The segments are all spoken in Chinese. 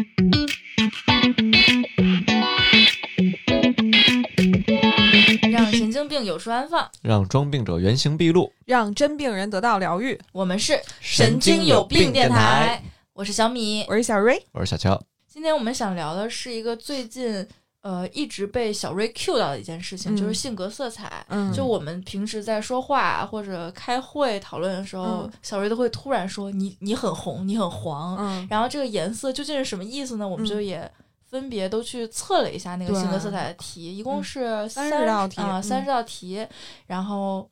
让神经病有处安放。让装病者原形毕露。让真病人得到疗愈。我们是神经有电病电台台，我是小米。我是小瑞，我是小乔，今天我们想聊的是一个最近呃一直被小瑞 cue 到的一件事情，嗯就是性格色彩。嗯就我们平时在说话啊或者开会讨论的时候，嗯小瑞都会突然说你你很红，你很黄，嗯然后这个颜色究竟是什么意思呢？我们嗯就也分别都去测了一下那个对性格色彩的题，一共嗯是30道题啊，嗯三十道题，然后。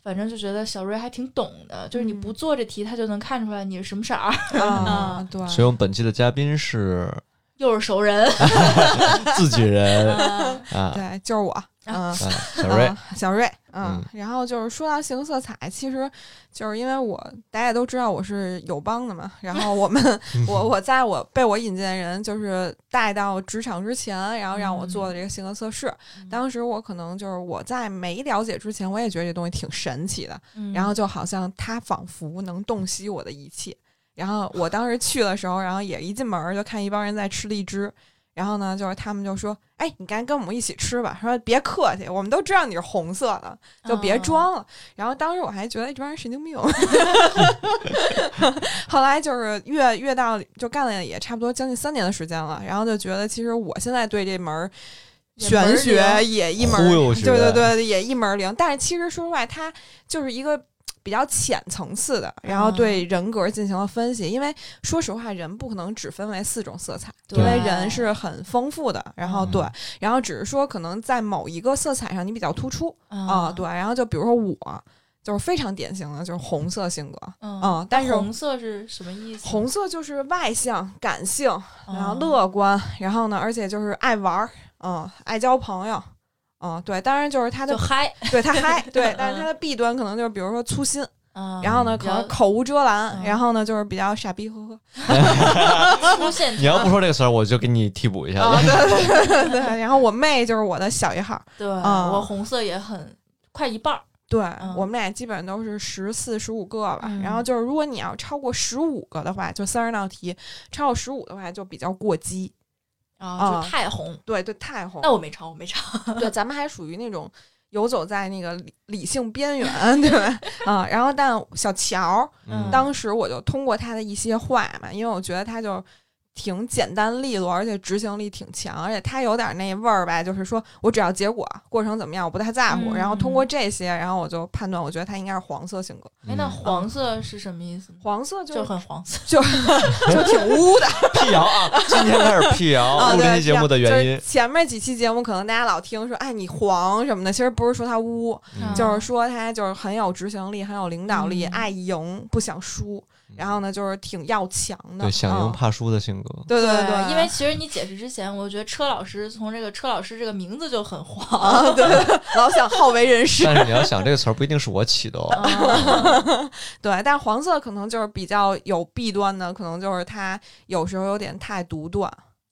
反正就觉得小瑞还挺懂的，就是你嗯不做这题，他就能看出来你是什么色儿， 啊，对，所以我们本期的嘉宾是 又是熟人。自己 人啊啊，对，就是我，嗯，啊小瑞，啊小瑞，嗯嗯，然后就是说到形色彩，其实就是因为我大家也都知道我是友邦的嘛，然后我们嗯我我在我被我引荐人就是带到职场之前，然后让我做的这个性格测试，当时我可能就是我在没了解之前，我也觉得这东西挺神奇的，嗯然后就好像它仿佛能洞悉我的一切。然后我当时去的时候，然后也一进门儿就看一帮人在吃荔枝，然后呢，就是他们就说：“哎，你赶紧跟我们一起吃吧。”说别客气，我们都知道你是红色的，就哦别嗯装了。然后当时我还觉得这帮人神 经病，后来就是越越到就干了也差不多将近三年的时间了，然后就觉得其实我现在对这门儿也门儿玄学灵也一门儿忽悠学对对对，也一门儿灵。但是其实说实话，它就是一个。比较浅层次的，然后哦对人格进行了分析，因为说实话，人不可能只分为四种色彩，对因为人是很丰富的。然后嗯对，然后只是说可能在某一个色彩上你比较突出，嗯哦啊、对，，然后就比如说我，就是非常典型的，就是红色性格，嗯嗯但是红色是什么意思？红色就是外向、感性，嗯，然后乐观，然后呢，而且就是爱玩儿，嗯，爱交朋友，嗯，对，当然就是他就的，嗨，对他 嗨，对嗯，但是他的弊端可能就是比如说粗心，嗯然后嗯呢可比较能口无遮拦，嗯然后呢就是比较傻逼呵 呵，出现你要不说这个词儿，我就给你替补一下啊，子。对对对对，然后我妹就是我的小一号，对啊我红色也很快一半儿，对、嗯我们俩基本都是十四、十五个吧。嗯然后就是，如果你要超过十五个的话，就三十道题；超过十五的话，就比较过激。啊，啊就是太红。对对，太红。那我没超，我没超。对，咱们还属于那种游走在那个理理性边 缘，对吧？啊，然后但小乔嗯当时我就通过他的一些话嘛，因为我觉得他就。挺简单利落，而且执行力挺强，而且他有点那味儿吧，就是说我只要结果过程怎么样，我不太在乎。嗯然后通过这些，然后我就判断，我觉得他应该是黄色性格。哎，嗯那黄色是什么意思呢？黄色就就很黄色，就就挺 污的辟谣啊，今天开始辟谣，啊！哦录这对，期节目的原因就是前面几期节目可能大家老听说，哎，你黄什么的，其实不是说他污，嗯就是说他就是很有执行力，很有领导力，嗯爱赢不想输，然后呢就是挺要强嗯的，对想赢嗯怕输的性格。对对因为其实你解释之前，我觉得车老师从这个车老师这个名字就很黄。 啊，对，老想好为人师，但是你要想，这个词儿不一定是我起的哦。 啊对，但黄色可能就是比较有弊端的，可能就是他有时候有点太独断，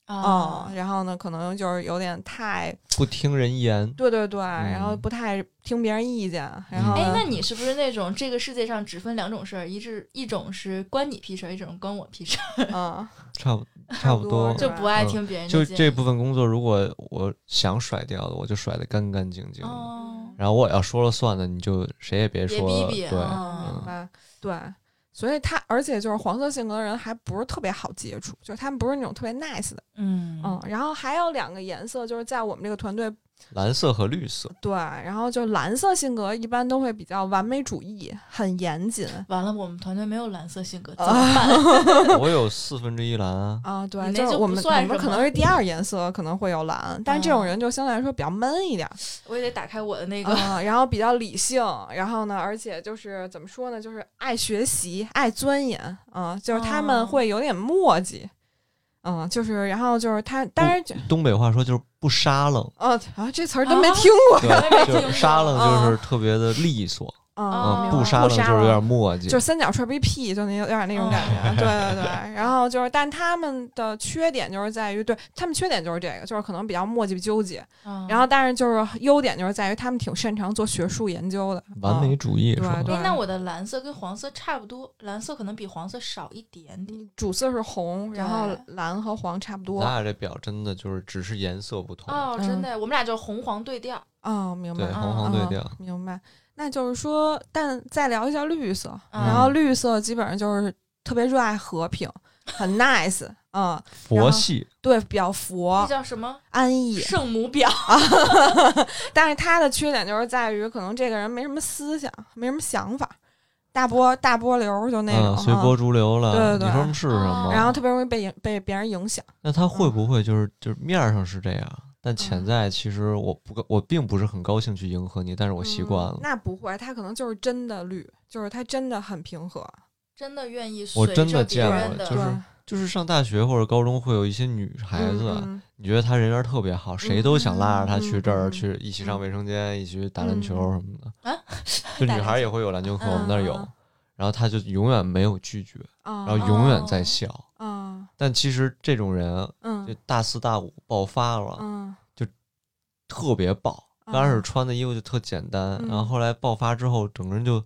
嗯，啊，然后呢可能就是有点太，不听人言，对对对，然嗯后不太听别人意见，然后哎呢，那你是不是那种这个世界上只分两种事儿，一是一种是关你屁事儿，一种关我屁事儿，嗯。差不差不多差。就不爱听别人就的建这议。部分工作，如果我想甩掉的，我就甩得干干净净的。哦，然后我要说了算的，你就谁也嗯别别说逼了。逼，对，嗯明白，对。所以他，而且就是黄色性格的人还不是特别好接触，就是他们不是那种特别 nice 的，嗯嗯。然后还有两个颜色，就是在我们这个团队，蓝色和绿色， 对，然后就蓝色性格一般都会比较完美主义，很严谨完了，我们团队没有蓝色性格，怎么啊我有四分之一蓝啊。啊，对，你那就就我不们算我们什可能么嗯是第二颜色可能会有蓝，但这种人就相对来说比较闷一点， 我也得打开我的那个。啊，然后比较理性，然后呢，而且就是怎么说呢，就是爱学习、爱钻研啊，就是他哦们会有点墨迹，嗯，就是然后就是他，当然就东北话说就是不沙楞， 啊啊，这词儿都没啊听过哦对我也没，就是听沙过楞就是特别的利索，哦嗯，布不杀杀呢哦就是有了点墨迹就，是三角吹一屁，就那有点那种感觉，对对对。然后就是，但他们的缺点就是在于，对他们缺点就是这个，就是可能比较磨叽纠结。嗯然后，但是就是优点就是在于他们挺擅长做学术研究的，完美嗯主义是吧？对哎，那我的蓝色跟黄色差不多，蓝色可能比黄色少一点点。嗯主色是红，然后对蓝和黄差不多。咱俩这表真的就是只是颜色不同，哦，嗯真的，我们俩就是红黄对调。哦，明白对，，红黄对调哦，明白。那就是说，但再聊一下绿色，嗯然后绿色基本上就是特别热爱和平，很 nice，嗯，佛系对，比较那佛叫什么安逸。圣母婊？ 但是他的缺点就是在于，可能这个人没什么思想，没什么想法，大波大波流儿就那种，嗯，随波逐流了，对对对你说什么是什么？嗯然后特别容易被影被别人影响。那他会不会就是就是面儿上是这样，但潜嗯在其实我不高我并不是很高兴去迎合你，但是我习惯了嗯，那不会，他可能就是真的绿，就是他真的很平和。真的愿意随我真着的别见人过，的就是就是上大学或者高中会有一些女孩嗯子，啊嗯你觉得她人缘特别好，谁都想拉着她去这嗯儿、嗯去一起上卫生间，一起去打篮球什么的。嗯啊 就女孩也会有篮球课，打篮球我们那儿有，嗯嗯然后她就永远没有拒绝，啊然后永远在笑。啊但其实这种人啊就嗯大四大五爆发了，嗯特别爆。嗯刚开始穿的衣服就特简单，嗯然后后来爆发之后，整个人就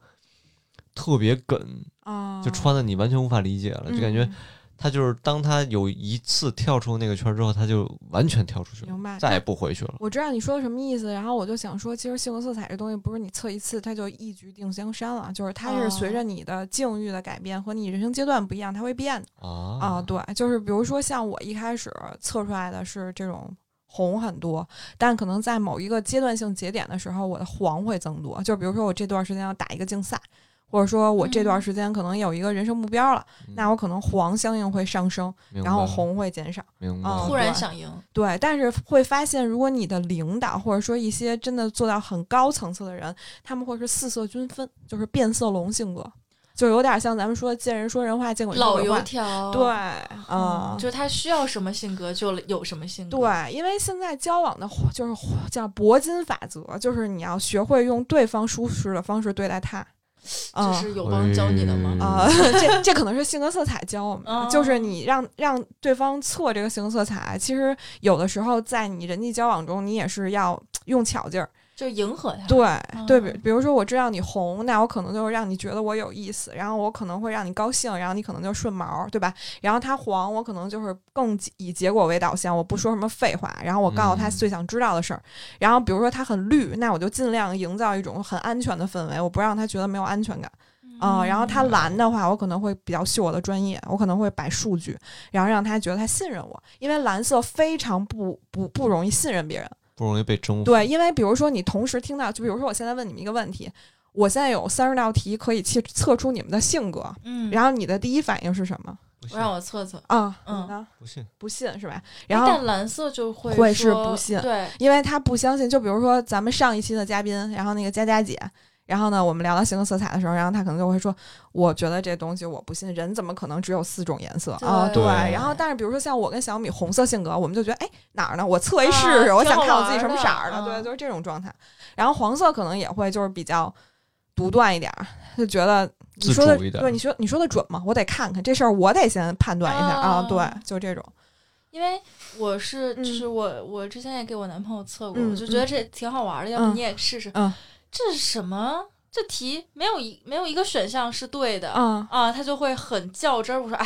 特别梗，啊，就穿的你完全无法理解了，就感觉嗯他就是当他有一次跳出那个圈儿之后，他就完全跳出去了，明白再也不回去了。我知道你说的什么意思，然后我就想说，其实性格色彩这东西不是你测一次它就一局定江山了，就是它哦是随着你的境遇的改变和你人生阶段不一样，它会变的啊、啊，对，就是比如说像我一开始测出来的是这种红很多，但可能在某一个阶段性节点的时候，我的黄会增多。就比如说我这段时间要打一个竞赛，或者说我这嗯段时间可能有一个人生目标了，嗯那我可能黄相应会上升，明白然后，红会减少。明白啊了，突然对想赢。对，但是会发现，如果你的领导或者说一些真的做到很高层次的人，他们会是四色均分，就是变色龙性格，就有点像咱们说见人说人话，见鬼说老鬼油话。条，嗯对，啊、就是他需要什么性格就有什么性格，，对，因为现在交往的就是叫铂金法则，就是你要学会用对方舒适的方式对待他。这啊是友邦教你的哎吗？啊、这这可能是性格色彩教我们的，就是哦你让让对方测这个性格色彩，其实有的时候在你人际交往中，你也是要用巧劲儿。就迎合他，对对，比嗯比如说我知道你红，那我可能就是让你觉得我有意思，然后我可能会让你高兴，然后你可能就顺毛，对吧？然后他黄，我可能就是更以结果为导向，我不说什么废话，然后我告诉他嗯最想知道的事儿。然后比如说他很绿，那我就尽量营造一种很安全的氛围，我不让他觉得没有安全感嗯啊、然后他蓝的话，我可能会比较秀我的专业，我可能会摆数据，然后让他觉得他信任我，因为蓝色非常不不不容易信任别人。 不容易被征服。对，因为比如说你同时听到，就比如说我现在问你们一个问题，我现在有三十道题可以去测出你们的性格，嗯，然后你的第一反应是什么不信，让我测测，啊？嗯你呢？不信，不信是吧？哎然后但蓝色就会会是说不信对，因为他不相信，就比如说咱们上一期的嘉宾，然后那个佳佳姐。然后呢，我们聊到形格色彩的时候，然后她可能就会说：“我觉得这东西我不信，人怎么可能只有四种颜色啊？”对然后，但是比如说像我跟小米红色性格，我们就觉得哎哪儿呢？我测一啊试试，我挺想好看我自己玩什么的色儿的。嗯对，就是这种状态。然后黄色可能也会就是比较独断一点儿，就觉得你自说的主一点对，你说你说的准吗？我得看看这事儿，我得先判断一下啊啊对，就这种。因为我是嗯就是我我之前也给我男朋友测过，嗯我就觉得这挺好玩的，要嗯不你也试试，嗯这是什么？这题没有一没有一个选项是对的。嗯，啊，他就会很较真儿。我说，哎，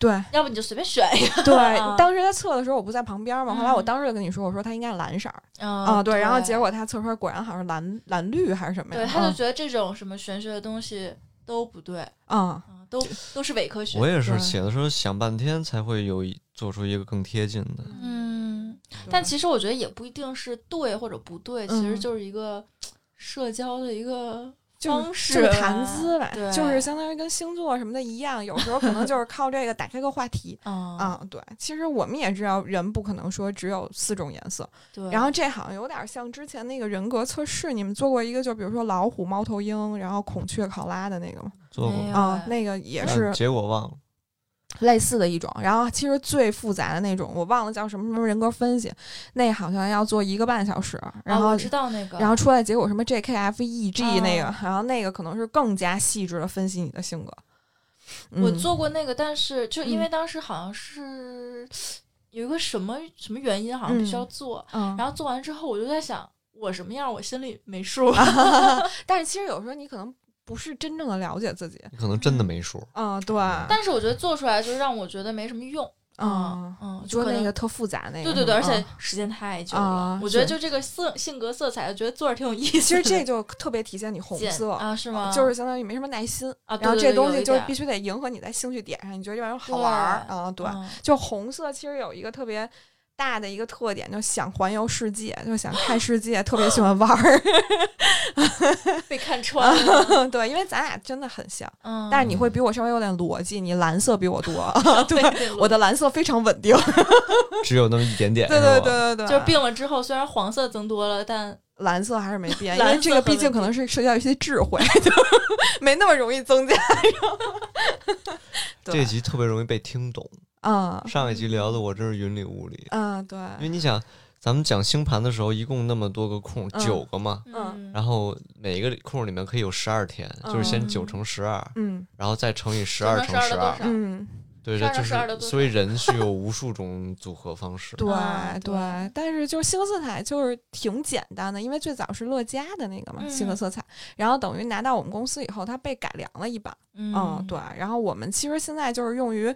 对要不你就随便选 一个 对啊。当时他测的时候我不在旁边嘛，后来我嗯当时就跟你说，我说他应该是蓝色儿啊啊，对。然后结果他测出来果然好像是蓝蓝绿还是什么呀？对，他就嗯觉得这种什么玄学的东西都不对，嗯啊， 都都是伪科学。嗯我也对是写的时候想半天才会有一做出一个更贴近的。嗯，但其实我觉得也不一定是对或者不对，其实嗯就是一个社交的一个就方是式就是吧谈资吧，对就是相当于跟星座什么的一样，有时候可能就是靠这个打开个话题啊，啊、对，其实我们也知道，人不可能说只有四种颜色，对。然后这好像有点像之前那个人格测试，你们做过一个，就比如说老虎、猫头鹰，然后孔雀、考拉的那个吗？做过没有啊、哎那个也但是结果忘了，类似的一种，然后其实最复杂的那种，我忘了叫什么什么人格分析，那好像要做一个半小时，然啊后我知道那个，然后出来结果什么 JKFEG E 那个，啊然后那个可能是更加细致的分析你的性格。嗯我做过那个，但是就因为嗯当时好像是有一个什么什么原因，好像必须要做。嗯，然后做完之后，我就在想，我什么样，我心里没数。啊但是其实有时候你可能不是真正的了解自己。你可能真的没数。嗯，对， 但是我觉得做出来就让我觉得没什么用。嗯嗯嗯，就说可那能个特复杂那对个是吗，对对，而且嗯时间太久了啊，我觉得是就这个色性格色彩，觉得做着挺有意思的。其实 这就特别体现你红见色。哦啊，是吗？就是相当于没什么耐心，啊对然后对这对东有西一就是点必须得迎合你在兴趣点上，你觉得这玩意儿好玩儿对啊、对， 嗯就红色其实有一个特别大的一个特点，就想环游世界，就想看世界，特别喜欢玩儿。被看穿了。 对，因为咱俩真的很像，嗯，啊但是你会比我稍微有点逻辑，你蓝色比我多，对，对我的蓝色非常稳定。只有那么一点 点，对是吧，对对对对，就是病了之后，虽然黄色增多了，但蓝色还是没变，因蓝为这个色毕很竟稳可能是涉及到一些智慧，就没那么容易增加。 这集特别容易被听懂。嗯上一集聊的我真是云里雾里，嗯，对，因为你想，咱们讲星盘的时候，一共那么多个空，嗯九个嘛，嗯，然后每一个空里面可以有十二天，就是先嗯九乘十二，嗯然后再乘以十九二乘乘12十的多二少，嗯。12对，这就乘12的是多少所以人是有无数种组合方式。对、啊对对但是就是性格色彩就是挺简单的，因为最早是乐嘉的那个嘛、性格嗯色彩，然后等于拿到我们公司以后，它被改良了一版，嗯，哦对，然后我们其实现在就是用于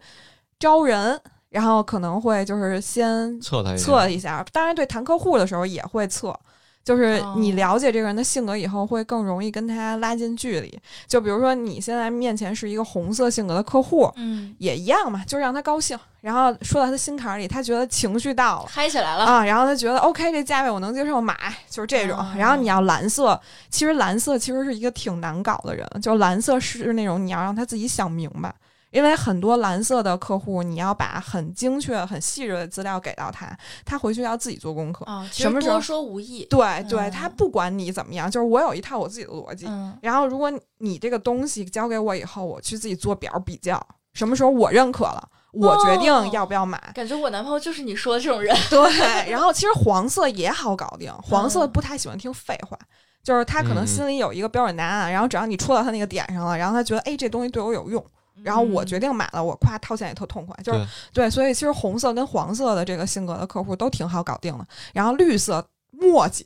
招人，然后可能会就是先测它一下，测一下，当然对谈客户的时候也会测。就是你哦了解这个人的性格以后，会更容易跟他拉近距离。就比如说，你现在面前是一个红色性格的客户，嗯，也一样嘛，就让他高兴，然后说到他心坎儿里，他觉得情绪到了，嗨起来了，啊，然后他觉得 OK，这价位我能接受，买就是这种。啊然后你要蓝色，其实蓝色其实是一个挺难搞的人，就蓝色是那种你要让他自己想明白，因为很多蓝色的客户，你要把很精确、很细致的资料给到他，他回去要自己做功课。啊，其什实么时候多说无益。对对，他嗯不管你怎么样，就是我有一套我自己的逻辑。嗯，然后如果你这个东西交给我以后，我去自己做表比较，什么时候我认可了，我决哦定要不要买。 感觉我男朋友就是你说的这种人。对，然后其实黄色也好搞定，黄色嗯不太喜欢听废话，就是他可能心里有一个标准答案，然后只要你戳到他那个点上了，然后他觉得哎这东西对我有用，嗯然后我决定买了，我夸掏钱也特痛快，就是对所以其实红色跟黄色的这个性格的客户都挺好搞定的，然后绿色。墨迹，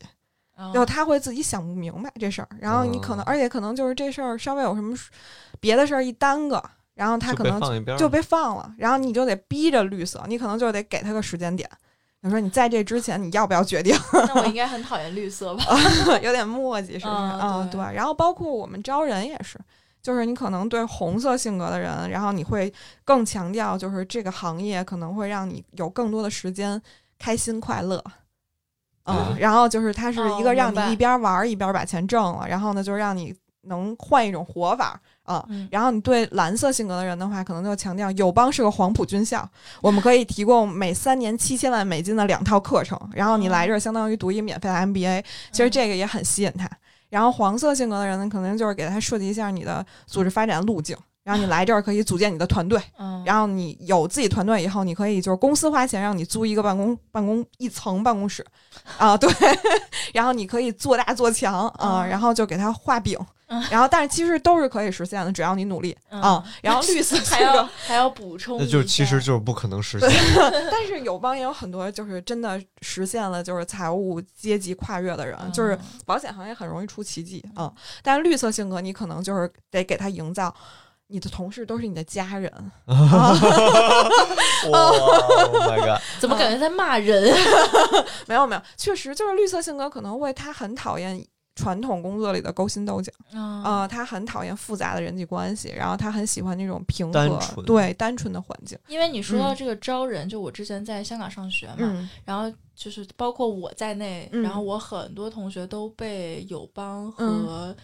嗯，然后他会自己想不明白这事儿，然后你可能，哦而且可能就是这事儿稍微有什么别的事儿一耽搁，然后他就可被能放一边儿就了，被放了，然后你就得逼着绿色，你可能就得给他个时间点。你说你在这之前你要不要决定？那我应该很讨厌绿色吧？ 有点墨迹是不是？嗯啊、对对然后包括我们招人也是，就是你可能对红色性格的人，然后你会更强调，就是这个行业可能会让你有更多的时间开心快乐。嗯，嗯然后就是它是一个哦让明白你一边玩儿一边把钱挣了，然后呢，就让你能换一种活法啊、嗯， 然后你对蓝色性格的人的话，可能就强调友邦是个黄埔军校，我们可以提供每三年七千万美金的两套课程，然后你来这儿相当于读一免费的 MBA，其实这个也很吸引他。然后黄色性格的人呢，可能就是给他设计一下你的组织发展路径，然后你来这儿可以组建你的团队，嗯，然后你有自己团队以后，你可以就是公司花钱让你租一个办公办公一层办公室，啊，对， 然后你可以做大做强啊，嗯然后就给他画饼嗯，然后但是其实都是可以实现的，只要你努力嗯啊。然后绿色还要还要补充一那下，就是其实就是不可能 实现。但是友邦也有很多就是真的实现了就是财务阶级跨越的人，就是嗯保险行业很容易出奇迹啊。但是绿色性格你可能就是得给他营造。你的同事都是你的家人，哇，Oh my god！怎嗯么感觉在骂人？没有没有，确实就是绿色性格可能会他很讨厌传统工作里的勾心斗角，啊，呃，他很讨厌复杂的人际关系，然后他很喜欢那种平和、单纯对单纯的环境。因为你说到嗯这个招人，就我之前在香港上学嘛，嗯然后就是包括我在内，嗯然后我很多同学都被友邦嗯和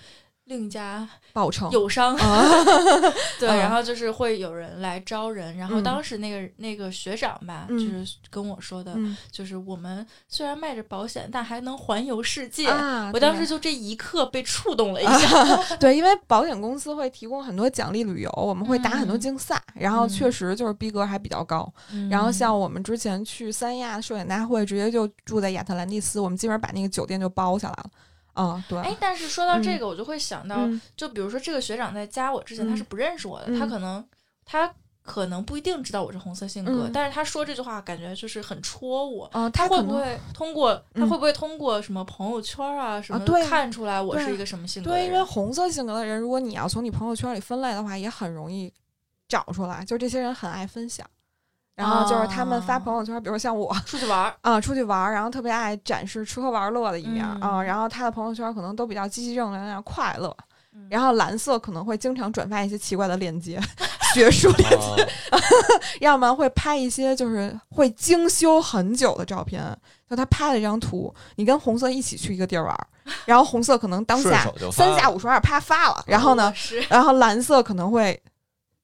另一家报酬友商， 对，嗯然后就是会有人来招人，然后嗯当时那个那个学长吧，嗯就是跟我说的，嗯就是我们虽然卖着保险，但还能环游世界。啊，我当对时就这一刻被触动了一 下，对，因为保险公司会提供很多奖励旅游，我们会打很多嗯竞赛，然后嗯确实就是逼格还比较高。然后像我们之前去三亚摄影大会，直接就住在亚特兰蒂斯，我们基本上把那个酒店就包下来了。啊，对，哎，但是说到这嗯个，我就会想到，嗯就比如说这个学长在加我之前，嗯他是不认识我的，嗯他可能他可能不一定知道我是红色性格，嗯但是他说这句话感觉就是很戳我。哦，他他会可不能会通过、他嗯会不会通过什么朋友圈啊什么、对啊看出来我对是啊一个什么性格的对，人？因为红色性格的人，如果你要从你朋友圈里分类的话，也很容易找出来。就这些人很爱分享，然后就是他们发哦朋友圈，比如像我，出去玩 儿，啊、出去玩儿，然后特别爱展示吃喝玩乐的一面儿啊、嗯然后他的朋友圈可能都比较积极正能量、快乐嗯。然后蓝色可能会经常转发一些奇怪的链接， 学术链接，啊要不然会拍一些就是会精修很久的照片。就他拍了一张图，你跟红色一起去一个地儿玩儿，然后红色可能当顺下手就发嗯三下了五除二啪发了，然后呢我，是然后蓝色可能会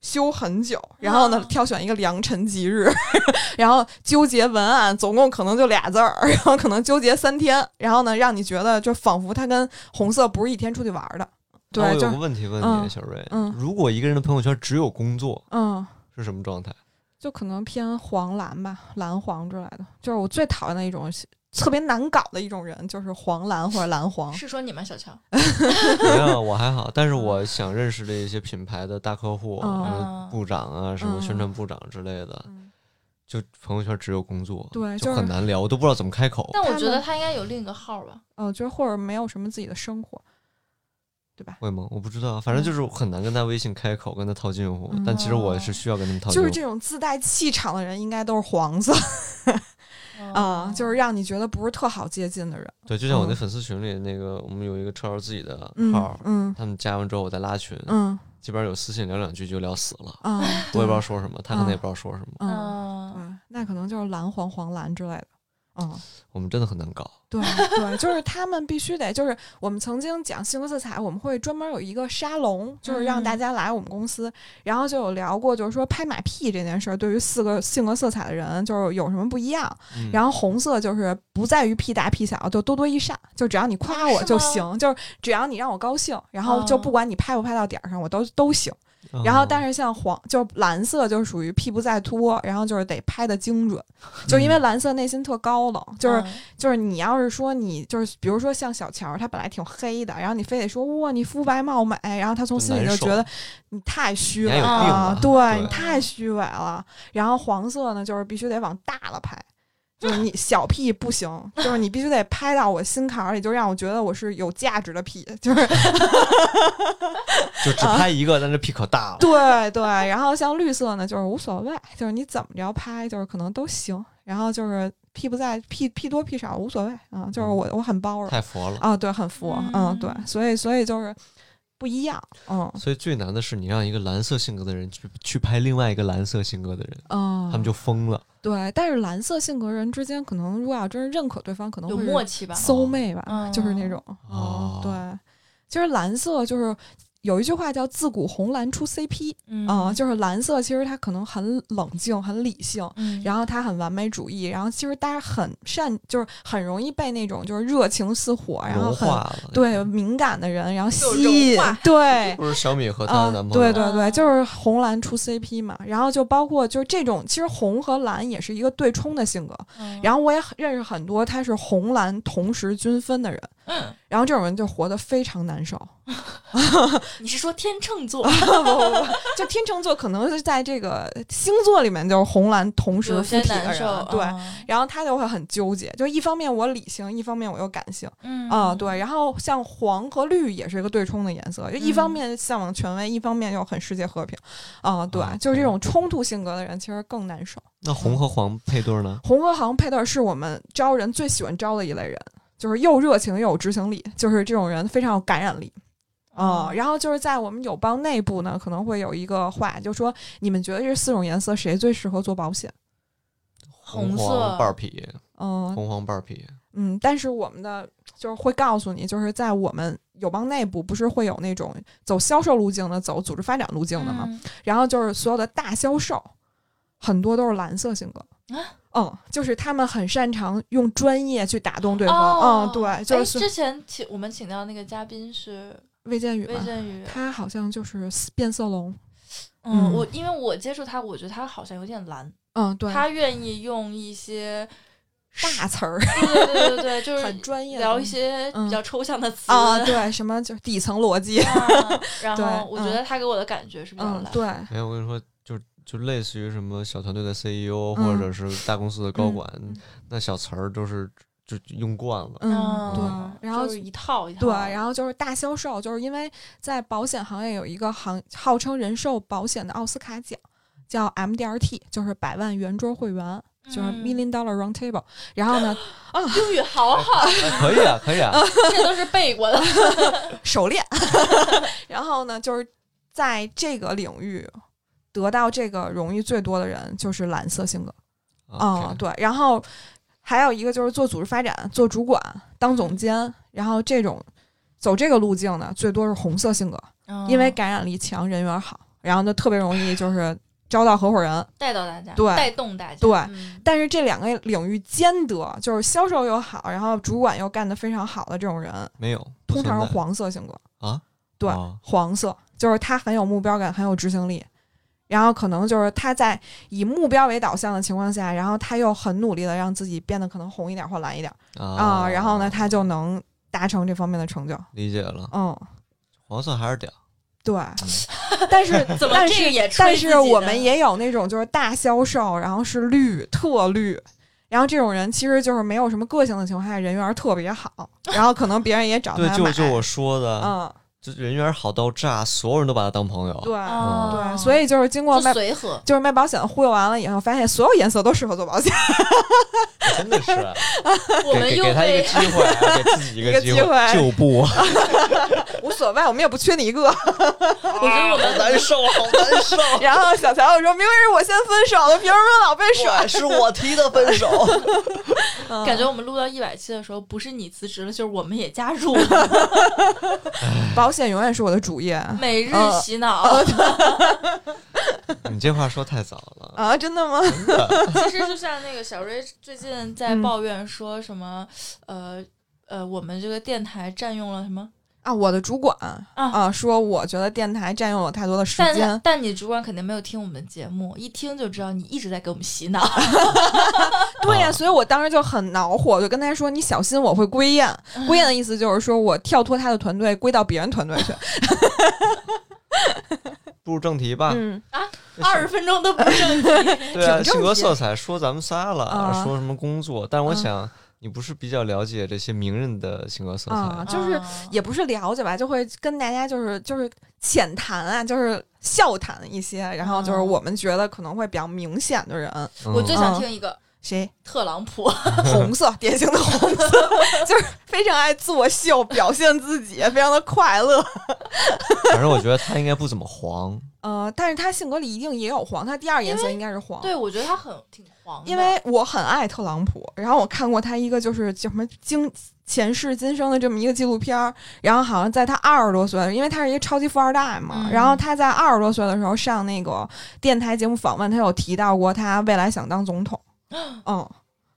修很久，然后呢哦，挑选一个良辰吉日， 然后纠结文案，总共可能就俩字儿，然后可能纠结三天，然后呢，让你觉得就仿佛他跟红色不是一天出去玩儿的，那我对，就有是个问题问嗯你，小瑞，嗯如果一个人的朋友圈只有工作，嗯，是什么状 态？就可能偏黄蓝吧，蓝黄之类的，就是我最讨厌的一种。特别难搞的一种人就是黄蓝或者蓝黄，是说你吗，小哦乔？没有，我还好，但是嗯我想认识的一些品牌的大客户，嗯然后部长啊，什么宣传部长之类的，嗯就朋友圈只有工作，对就就是很难聊，我都不知道怎么开口。但我他觉得们他应该有另一个号吧。呃，就是或者没有什么自己的生活，对吧？会吗？我不知道，反正嗯就是很难跟他微信开口，跟他套近乎。但其实我哦是需要跟他们套近就乎。是这种自带气场的人，应该都是黄色哦啊、嗯就是是让你觉得不是特好接近的人。对，就像我那嗯粉丝群里那个，我们有一个车友自己的号嗯，嗯他们加完之后我再拉群，嗯基本上有私信聊两句就聊死了， 啊，我也不知道对说什么，他可能也不知道说什么，嗯，嗯，对，那可能就是蓝黄黄蓝之类的。嗯，我们真的很难搞。 对对，就是他们必须得，就是我们曾经讲性格色彩，我们会专门有一个沙龙，就是让大嗯家来我们公司，然后就有聊过，就是说拍马屁这件事儿，对于四个性格色彩的人，就是有什么不一样。嗯然后红色就是不在于屁大屁小，就多多益善，就只要你夸我哦是就吗行，就是只要你让我高兴，然后就哦不管你拍不拍到点儿上，我都都行。嗯然后，但是像黄就是蓝色，就是属于屁不在多，然后就是得拍的精准，就嗯因为蓝色内心特高冷，就是嗯就是你要是说你就是比如说像小乔，她本来挺黑的，然后你非得说哇你肤白貌美，然后她从心里就觉得难你太虚你还伪有了，病吧对你对太虚伪了。然后黄色呢，就是必须得往大了拍。就是你小屁不行，就是你必须得拍到我心坎儿里，就让我觉得我是有价值的屁， 就是就只拍一个，但这屁可大了。啊对对，然后像绿色呢，就是无所谓，就是你怎么着拍，就是可能都行。然后就是屁不在屁屁多屁少无所谓啊，就是嗯我我很包容太佛了。啊，对，很佛，嗯，对，嗯所以所以就是不一样，嗯所以最难的是你让一个蓝色性格的人去去拍另外一个蓝色性格的人，嗯，哦他们就疯了。对，但是蓝色性格人之间可能如果要真是认可对方，可能有会默契吧？搜妹吧，嗯就是那种，哦嗯，对，其实蓝色就是。有一句话叫“自古红蓝出 CP”，嗯啊、就是蓝色其实它可能很冷静、很理性，嗯然后他很完美主义，然后其实大家很善，就是很容易被那种就是热情似火，然后融很化了。，对敏感的人，然后就吸引融化，对。 不是小米和她啊的、男朋友。对对啊对，就是红蓝出 CP 嘛，然后就包括就是这种，其实红和蓝也是一个对冲的性格。嗯然后我也很认识很多他是红蓝同时均分的人，嗯然后这种人就活得非常 难受。你是说天秤座不不不，就天秤座可能是在这个星座里面就是红蓝同时有附些体的难人受？，对，嗯然后他就会很纠结，就一方面我理性，一方面我又感性，嗯啊、对。然后像黄和绿也是一个对冲的颜色，就一方嗯面向往权威，一方面又很世界和平，啊、对啊，就是这种冲突性格的人其实更难受。那红和黄配对呢？红和黄配对儿是我们招人最喜欢招的一类人，就是又热情又有执行力，就是这种人非常有感染力。哦啊、然后就是在我们友邦内部呢，可能会有一个话，就说你们觉得这四种颜色谁最适合做保险？红黄色半儿匹，嗯、红黄半儿匹。嗯，但是我们的就是会告诉你，就是在我们友邦内部不是会有那种走销售路径的，走组织发展路径的吗？嗯然后就是所有的大销售，很多都是蓝色性格。啊嗯，就是他们很擅长用专业去打动对方。哦，嗯，对，哎就是之前请我们请到那个嘉宾是魏建宇魏嘛，振宇，他好像就是变色龙。嗯，嗯我因为我接触他，我觉得他好像有点蓝，嗯，对，他愿意用一些，大词儿，对对对对对，就很是专业的聊东一西，些比较抽象的词啊，对，什么就是底层逻辑。啊然对后我觉嗯得他给我的感觉是比较嗯蓝，，对，没哎有，我跟你说，就就类似于什么小团队的 CEO 或者是大公司的高管，嗯那小词儿都是就就用惯了。嗯，对。嗯然后就是一套一套，对，然后就是大销售，就是因为在保险行业有一个行号称人寿保险的奥斯卡奖，叫 MDRT，就是百万圆桌会员，就是嗯 Million Dollar Round Table。然后呢，英语好好， 哎 可以啊，可以哦啊，这都是背过的，首练， 然后呢，就是在这个领域得到这个荣誉最多的人就是蓝色性格。啊嗯，，对，然后还有一个就是做组织发展、做主管、当总监，然后这种走这个路径的最多是红色性格。嗯因为感染力强，人缘好，然后呢特别容易就是招到合伙人。带到大家，对带动大家，对嗯但是这两个领域兼得，就是销售又好，然后主管又干得非常好的这种人，没有，不通常存是在黄色性格。啊，对啊黄色就是他很有目标感，很有执行力，然后可能就是他在以目标为导向的情况下，然后他又很努力的让自己变得可能红一点或蓝一点啊、啊，然后呢他就能达成这方面的成就。哦理解了，嗯，黄色还是屌，对，但是 怎么这但个是也但吹自己是呢我们也有那种就是大销售，然后是绿特绿，然后这种人其实就是没有什么个性的情况下，人缘特别好，然后可能别人也找对他，就啊买。就我说的，嗯，就人缘好到炸，所有人都把他当朋友。对、哦啊对，所以就是经过卖就随和， 就是卖保险忽悠完了以后，发现所有颜色都适合做保险，真的是，啊 我们给给又给他一被个机会，啊给自己一一个个机机会就 不，无所谓，我们也不缺你一个。 我觉得我们难受，好难受。啊 然后小乔又说：“明明是我先分手的，凭什么老被甩是我提的分手，？”嗯感觉我们录到一百期的时候，不是你辞职了，就是我们也加 入了保险永远是我的主业每日呃洗脑， 你这话说太早了，啊！真的吗？ 真的其实就像那个小瑞最近嗯在抱怨说什么，呃呃，我们这个电台占用了什么？啊，我的主管啊说我觉得电台占用了太多的时但间他，但你主管肯定没有听我们的节目，一听就知道你一直在给我们洗脑。 对呀、啊所以我当时就很恼火，就跟他说：“你小心我会归雁。”归雁的意思就是说我跳脱他的团队，归到别人团队去。步入正题吧。嗯，二十分钟都不正经，对啊，哎挺正性格题色彩说咱们仨了，啊说什么工作？但我啊想、你不是比较了解这些名人的性格色彩？啊 就是啊也不是了解吧，就会跟大家就是就是浅谈啊，就是笑谈一些，然后就是哦我们觉得可能会比较明显的人，嗯我最想听一个谁特朗普，红色，典型的红色，就是非常爱自我秀，表现自己，非常的快乐。反正我觉得他应该不怎么黄，呃，但是他性格里一定也有黄，他第二颜色应该是黄。对我觉得他很挺黄的，因为我很爱特朗普，然后我看过他一个就是叫什么今前世今生的这么一个纪录片儿，然后好像在他二十多岁，因为他是一个超级富二代嘛，嗯然后他在二十多岁的时候上那个电台节目访问，他有提到过他未来想当总 统，嗯。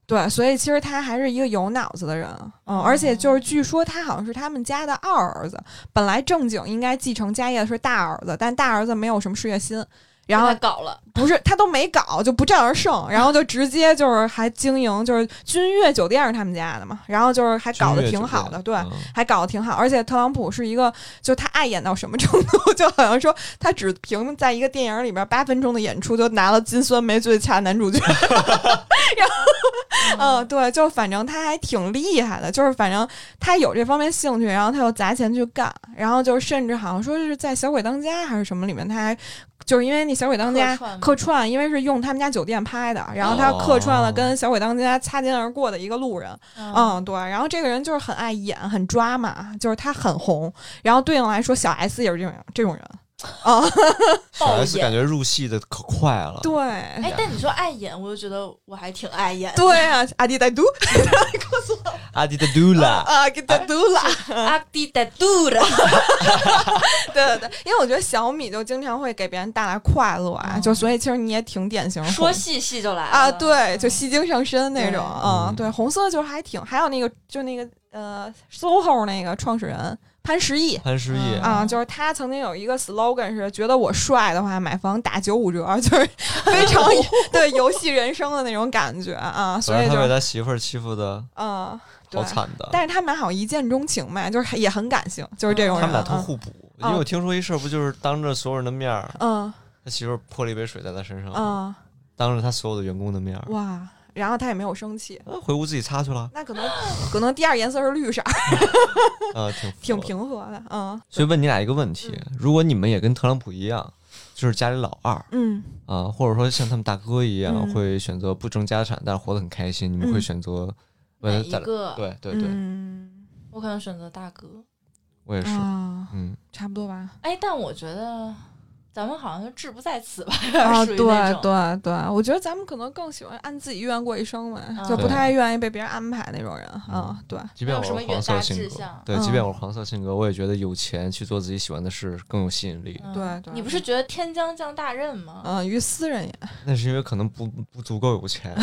对，所以其实他还是一个有脑子的人，嗯，而且就是据说他好像是他们家的二儿子，本来正经应该继承家业的是大儿子，但大儿子没有什么事业心，然后被他搞了，不是他都没搞，就不战而胜，然后就直接就是还经营，就是君悦酒店是他们家的嘛，然后就是还搞得挺好的，君对越，酒店还搞得挺好。而且特朗普是一个，就他爱演到什么程度， 就好像说他只凭在一个电影里边八分钟的演出就拿了金酸梅最佳男主角， 嗯，对，就反正他还挺厉害的，就是反正他有这方面兴趣，然后他又砸钱去干，然后就甚至好像说是在《小鬼当家》还是什么里面，他还就是因为那《小鬼当家客》串吗客串，因为是用他们家酒店拍的，然后他哦客串了跟《小鬼当家》擦肩而过的一个路人，嗯嗯，对，然后这个人就是很爱演，很抓马，就是他很红，然后对应来说，小 S 也是这种这种人，啊，小爆 S 感演。觉入戏的可快了，对，哎，但你说爱演，我就觉得我还挺爱演的。对啊，阿迪代读阿迪的嘟啦，啊，给哎他读了，啊阿迪在度的，对对对，因为我觉得小米就经常会给别人带来快乐啊，嗯就所以其实你也挺典型的说红戏戏就来了嗯嗯啊，对，就吸睛上身那对种啊嗯，对，红色就是还挺，还有那个就那个呃，SOHO 那个创始人潘石屹。潘石屹嗯啊，就是他曾经有一个 slogan 是觉得我帅的话，买房打九五折，就是非常对游戏人生的那种感觉啊，所反以正就他被他媳妇儿欺负的嗯，对好，惨啊的，但是他们俩好像一见钟情嘛，就是也很感性，就是这种他人。们俩都互补。因嗯为我听说一事儿，不就是当着所有人的面儿，嗯他媳妇儿泼了一杯水在他身上，嗯当着他所有的员工的面儿，嗯哇，然后他也没有生气，啊回屋自己擦去 了，那可能可能第二颜色是绿色， 啊，挺服挺了。平和的。嗯所以问你俩一个问题：如果你们也跟特朗普一样，就是家里老二嗯啊，或者说像他们大哥一样，嗯会选择不争家产，但是活得很开心，你们嗯会选择为哪了一咱个？对对对，嗯我可能选择大哥。我也是，啊，嗯，差不多吧。哎，但我觉得咱们好像就志不在此吧， 啊，属对于那种。对对，我觉得咱们可能更喜欢按自己愿过一生吧，就不嗯对嗯太愿意被别人安排那种人啊。对，即便我没有什是么黄色性远大志格向，对，即便嗯我是黄色性格，我也觉得有钱去做自己喜欢的事更有吸引力。嗯对对你不是觉得天将降大任吗？嗯，于私人也那是因为可能不不足够有钱，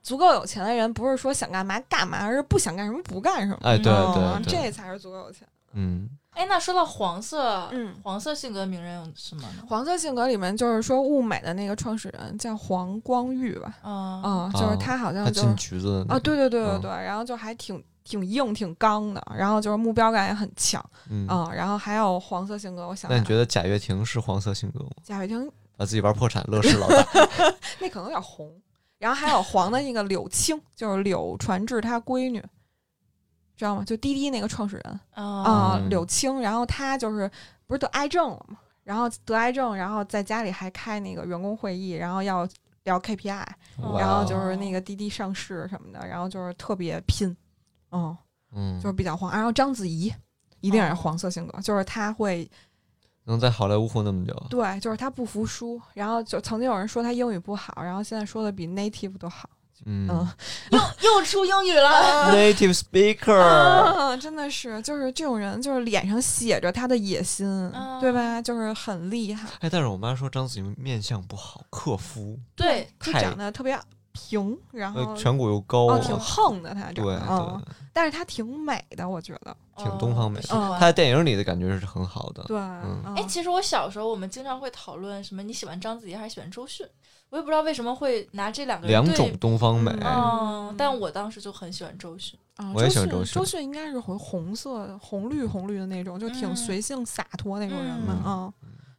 足够有钱的人，不是说想干嘛干嘛，而是不想干什么不干什么。哎，对嗯对对，这才是足够有钱。嗯，哎，那说到黄色，嗯黄色性格名人有什么呢？黄色性格里面，就是说物美的那个创始人叫黄光裕吧，嗯嗯，就是他好哦他像就进是局子的那啊，个，对对对对嗯对，然后就还挺挺硬挺刚的，然后就是目标感也很强嗯，啊，然后还有黄色性格，我想那你想觉得贾跃亭是黄色性格吗？贾跃亭把自己玩破产，乐视老大，那可能有点红，然后还有黄的那个柳青，就是柳传志他闺女。知道吗？就滴滴那个创始人啊啊、嗯柳青，然后他就是不是得癌症了吗？然后得癌症，然后在家里还开那个员工会议，然后要聊 KPI，哇然后就哦是那个滴滴上市什么的，然后就是特别拼，嗯，嗯，就是比较黄。然后章子怡一哦定也是黄色性格，就是她会能在好莱坞混那么久，对，就是她不服输。然后就曾经有人说她英语不好，然后现在说的比 native 都好。嗯嗯又出英语哦了。 ，native speaker，啊，真的是，就是这种人，就是脸上写着他的野心，啊对吧？就是很厉害，哎，但是我妈说章子怡面相不好，克夫，对，就太长得特别平，然后呃，颧骨又高，哦，挺挺横的她对长得，嗯，对，但是她挺美的，我觉得，挺东方美的嗯她在电影里的感觉是很好的，对，嗯哎，其实我小时候我们经常会讨论什么你喜欢章子怡还是喜欢周迅，我也不知道为什么会拿这两个人两对种东方美，嗯嗯，但我当时就很喜欢周迅。啊，我也喜欢周周迅周迅应该是红红色、红绿、红绿的那种，就挺嗯随性洒脱那种人嘛嗯啊。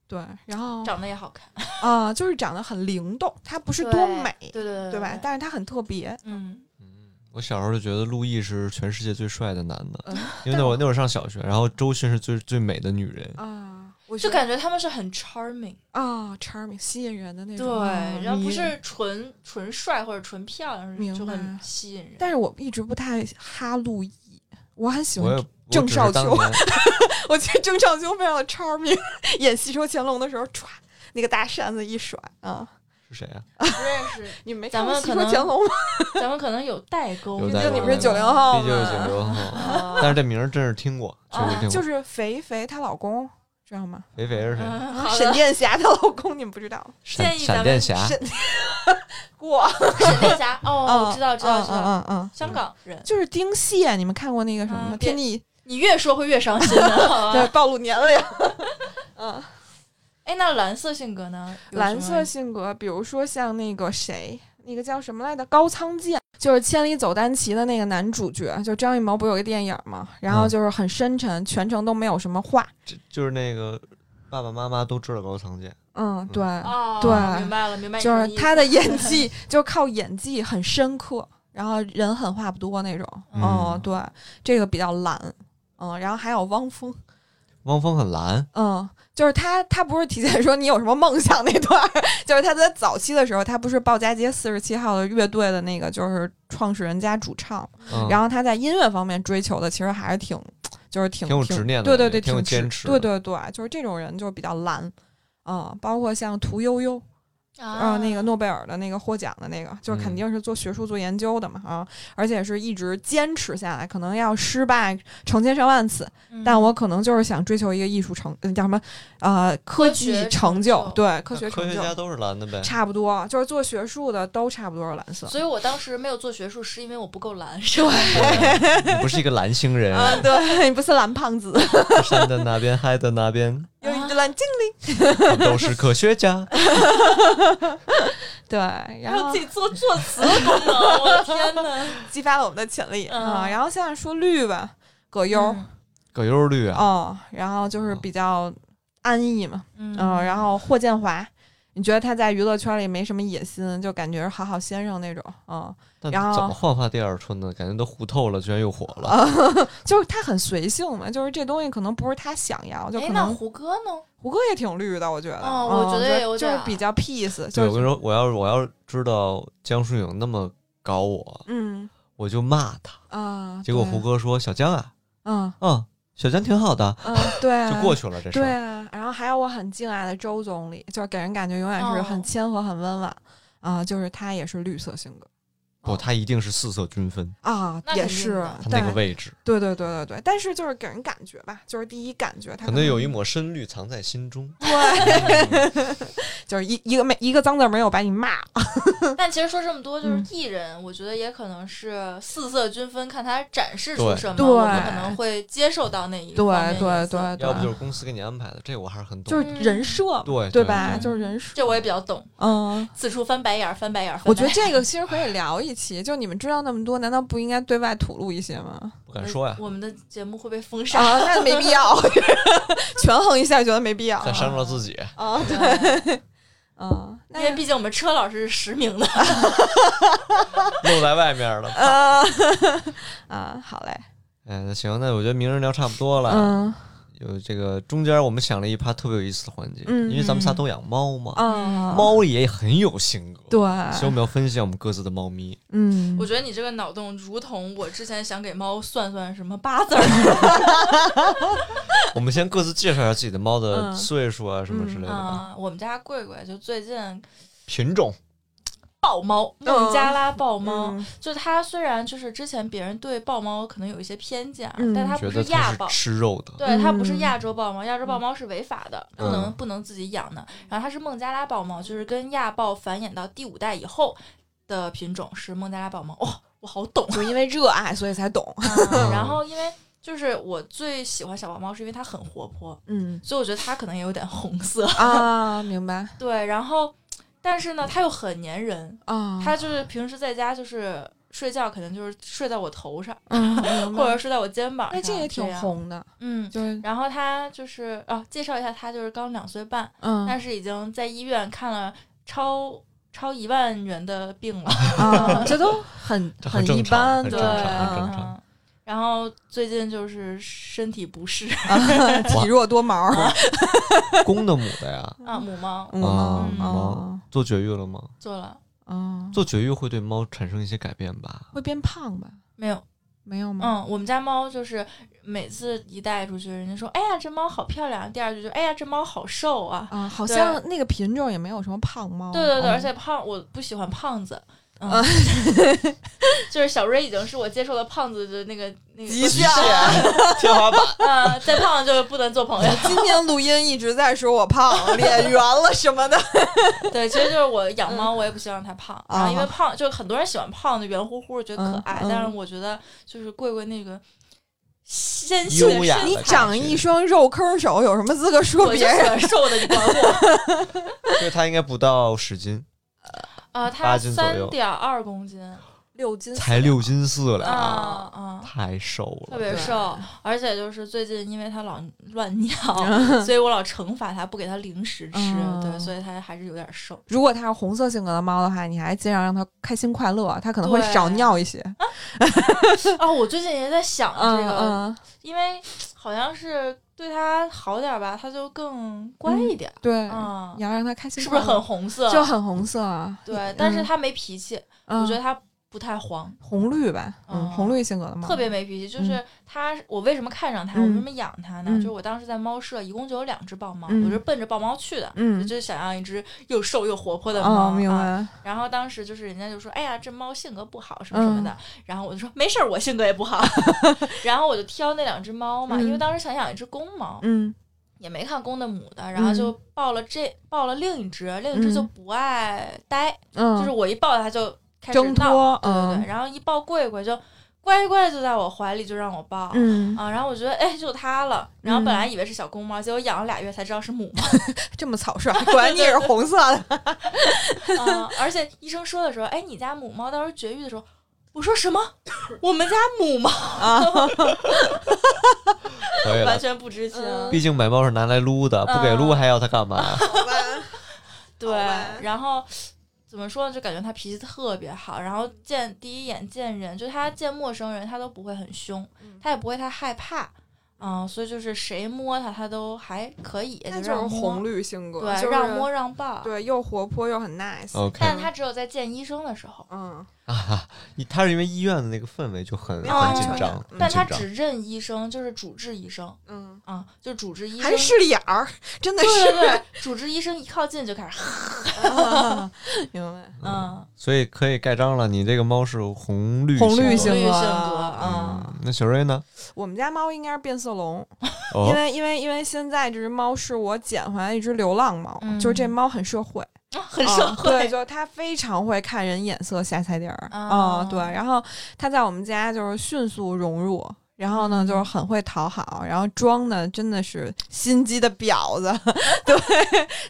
对，然后长得也好看，啊，就是长得很灵动，她不是多对美，对对对对吧？但是她很特别。嗯，嗯我小时候就觉得陆毅是全世界最帅的男的，嗯因为那会儿那会儿上小学，然后周迅是最最美的女人，啊，我就觉得感觉他们是很 charming，啊，charming 吸引人的那对种。啊，然后不迷人。是纯纯帅或者纯漂亮，明就很白吸引人。 但是我一直不太哈陆毅，我很喜我欢也郑。我只是少当秋年 我觉得郑少秋非常的 charming，演《戏说乾隆》的时候，歘，那个大扇子一甩啊， 是谁啊？不认识，你们没咱看过们戏可说能乾隆》吗？咱们可能有代沟。有毕代竟沟你不是有九代零沟 后，毕后竟是嘛九零后，啊但是这名儿真是听过，确实啊听哦就过。是肥肥她老公，知道吗？肥肥是谁？嗯好沈的，殿霞她老公，你们不知道？啊闪建议咱闪们电侠，沈过，沈殿霞。哦，我知 道，知道，嗯知道，嗯嗯嗯，香港人。就是丁蟹，你们看过那个什么嗯啊对吗？天地你越说会越伤心的。好对吧暴露年龄。 嗯，哎，那蓝色性格呢？有蓝什色么性格，比如说像那个谁，那个叫什么来着？高仓健，就是《千里走单骑》的那个男主角，就张艺谋不是有个电影吗？然后嗯就是很深沉，全程都没有什么话。这就是那个爸爸妈妈都知道高仓健，嗯，对，哦，对明白了，明白你就什是么意思。他 的演技，就是靠演技很深刻，然后人很话不多那种。嗯嗯，对，这个比较懒。嗯，然后还有汪峰，汪峰很蓝，嗯，就是他，他不是体现说你有什么梦想那段儿， 就是他在早期的时候，他不是鲍家街四十七号的乐队的那个就是创始人加主唱，嗯然后他在音乐方面追求的其实还是挺就是挺挺有执念的对对感觉对，挺有坚执持对的对对，就是这种人就是比较懒。啊、包括像屠呦呦，然啊后嗯那个诺贝尔的那个获奖的那个，就是肯嗯定是做学术、做研究的嘛啊，而且是一直坚持下来，可能要失败成千上万次，嗯但我可能就是想追求一个艺术成，呃叫什么？呃，科科技学成成就，就对，科啊科学学成就，家都是蓝的呗。差不多，就是做学术的都差不多是蓝色。所以我当时没有做学术，是因为我不够蓝，是吧？对啊 你不是一个蓝星人，啊， 对你不是蓝胖子， 山的那边，海的那边， 有啊一只蓝精灵。都是科学家。对，然然后后自己做作词都能，我的天 哪！激发了我们的潜力嗯嗯啊。然后现在说绿吧，葛优葛优绿啊，哦，然后就是比较安逸嘛，嗯嗯，然后霍建华。你觉得他在娱乐圈里没什么野心，就感觉是好好先生那种，嗯，但然后哦怎么焕发第二春呢？感觉都糊透了，居然又火了。就是他很随性嘛，就是这东西可能不是他想要，就哎可，那能胡歌呢？胡歌也挺绿的，我觉得。嗯哦我觉得也有就是点儿比较 peace，对，我就跟你是说，我要是我要是知道江疏影那么搞我，嗯我就骂她。啊。结果对胡，歌说：“小江啊，嗯嗯，小江挺好的。嗯，对 啊，就过去了，这事对儿啊，然后还有我很敬爱的周总理，就是给人感觉永远是很哦谦和、很温婉啊、就是他也是绿色性格不，他一定是四色均分，啊那，也肯定是的他对那个位置对对对对对，但是就是给人感觉吧，就是第一感觉他可能有一抹深绿藏在心中。对，嗯 就是一一个没一个脏字没有把你骂了，但其实说这么多，就是嗯艺人，我觉得也可能是四色均分，看他展示出对什么，对我们可能会接受到那一对方面对颜色。对要不就是对，公司给你安排的，这我还是很就懂是的。人设嘛，对对对吧？对就是人设，这我也比较懂。嗯。此处翻白眼儿，翻白眼儿。翻 我觉白得眼儿这个其实可以聊一期，就你们知道那么多，难道不应该对外吐露一些 吗？不敢说呀，我们的节目会被封杀。啊，那没必要， 权衡一下，觉得没必要再伤着了自己。啊。 对，嗯，那因为毕竟我们车老师是实名的。露在外面了。呃啊，好嘞， 哎，那行，那我觉得名人聊差不多了。嗯有这个中间我们想了一趴特别有意思的环节，嗯因为咱们仨都养猫嘛，啊，猫也很有性格，对，所以我们要分析一下我们各自的猫咪。 嗯我，觉得你这个脑洞，如同我之前想给猫算算什么八字儿我们先各自介绍一下自己的猫的嗯哦岁数啊，什么之类的吧。啊。我们家贵贵就最近品种，豹猫，孟加拉豹猫，嗯就它虽然就是之前别人对豹猫可能有一些偏见，啊嗯但它不觉得是亚它豹是。吃肉的，对，它不嗯是亚洲豹猫，亚洲豹猫是违法的，嗯不能不能自己养的。然后它是孟加拉豹猫，就是跟亚豹繁衍到第五代以后的品种是孟加拉豹猫。哇、我好懂就因为热爱，所以才懂。嗯啊！然后因为就是我最喜欢小豹猫，是因为它很活泼， 嗯所以我觉得它可能也有点红色。 啊，明白对，然后但是呢，它又很粘人，啊，它就是平时在家就是睡觉，可能就是睡在我头上， 嗯，明或白者睡在我肩膀上。哎，这也挺样，红的，嗯。就是然后它就是哦，介绍一下，它就是刚两岁半，嗯但是已经在医院看了超超一万元的病 了。啊，这都很这很一正常般，很对正常很正啊，常嗯然后最近就是身体不适 啊体弱多毛， 公的母的呀。啊，母猫嗯啊嗯啊做绝育了吗？做了嗯啊，做绝育会对猫产生一些改变吧？会变胖吧？没有？没有吗？嗯，我们家猫就是每次一带出去，人家说：“哎呀，这猫好漂亮。”第二句就：“哎呀，这猫好瘦啊。”啊，好对像那个品种也没有什么胖猫，对对对，嗯而且胖，我不喜欢胖子。嗯啊， 就是小瑞已经是我接受了胖子的那个那个极限 天花板，啊，再胖就不能做朋友。今天录音一直在说我胖，脸圆了什么的。 对，其实就是我养猫，我也不希望它胖，啊然后因为胖，就是很多人喜欢胖的圆乎乎，觉得可嗯爱，嗯但是我觉得就是贵贵那个纤细的优雅身的 你材，长一双肉坑手，有什么资格说我就别喜人？欢瘦的，你管我？因为它应该不到十斤，啊，八它斤左三右点二公斤 六斤才六斤四啊两，哦啊。太瘦特了。别对瘦，而且就是最近因为它老乱 尿，所以我老惩罚它，不给它零食吃，嗯对，所以它还是有点 瘦。如果它是红色性格的猫的话，你还尽量让它开心快乐，它可能会对少尿一些。哦，我最近也在想这嗯个，嗯，因为好像是对它好点儿吧，它就更乖一点儿。对，啊，嗯你要让它开心是不快是乐，很红色？就很红色啊？对，但是嗯它没脾气，嗯我觉得它不太黄，红绿吧，哦嗯，红绿性格的猫，特别没脾气。就是它，我为什么看上它？嗯我为什么养它呢？嗯就是我当时在猫舍，一共就有两只豹猫，嗯我是奔着豹猫去的，嗯就是想要一只又瘦又活泼的猫。哦，明啊。白，然后当时就是人家就说：“哎呀，这猫性格不好什么什嗯么的。然后我就说：“没事儿，我性格也不 好。”然后我就挑那两只猫嘛，嗯因为当时想养一只公猫，嗯也没看公的母的，然后就抱了这抱了另一只，另一只嗯就不爱待，嗯，就是我一抱它就开始挣闹，脱，对对嗯对，然后一抱桂桂就乖乖就在我怀里就让我抱。嗯，啊，然后我觉得哎，就它了。然后嗯本来以为是小公猫，结果养了俩月才知道是母猫。这么草率，果然你也是红色 的，啊，而且医生说的时候，哎，你家母猫到时候绝育的时候，我说 什么？我们家母猫可以完了。全不知情。嗯毕竟买猫是拿来撸的，不给撸嗯还要它干嘛？ 好吧对好吧，然后怎么说呢？就感觉它脾气特别好，然后见第一眼见人，就它见陌生人它都不会很凶嗯，它也不会太害怕。嗯，所以就是谁摸它，它都还可以，那让就是摸红绿性格，对，就是让摸，让抱。对，又活泼又很 nice。 OK 但它只有在见医生的时候，嗯，啊，你他是因为医院的那个氛围就很没有很安紧全张感，很但紧它张只认医生，就是主治医生嗯，啊，就主治医还是生。势利眼儿，真 的对是，对对，主治医生一靠近就开始，啊 明白？嗯，所以可以盖章了。你这个猫是红绿红绿绿性性格格，嗯嗯，，那小瑞呢？我们家猫应该是变色龙，因哦，为因为因为现在这只猫是我捡回来一只流浪猫，嗯就是这猫很社会， 很社啊对，会，就是它非常会看人眼色下菜碟儿，啊啊，对，然后它在我们家就是迅速融入。然后呢，嗯就是很会讨好，然后装的真的是心机的婊子， 对，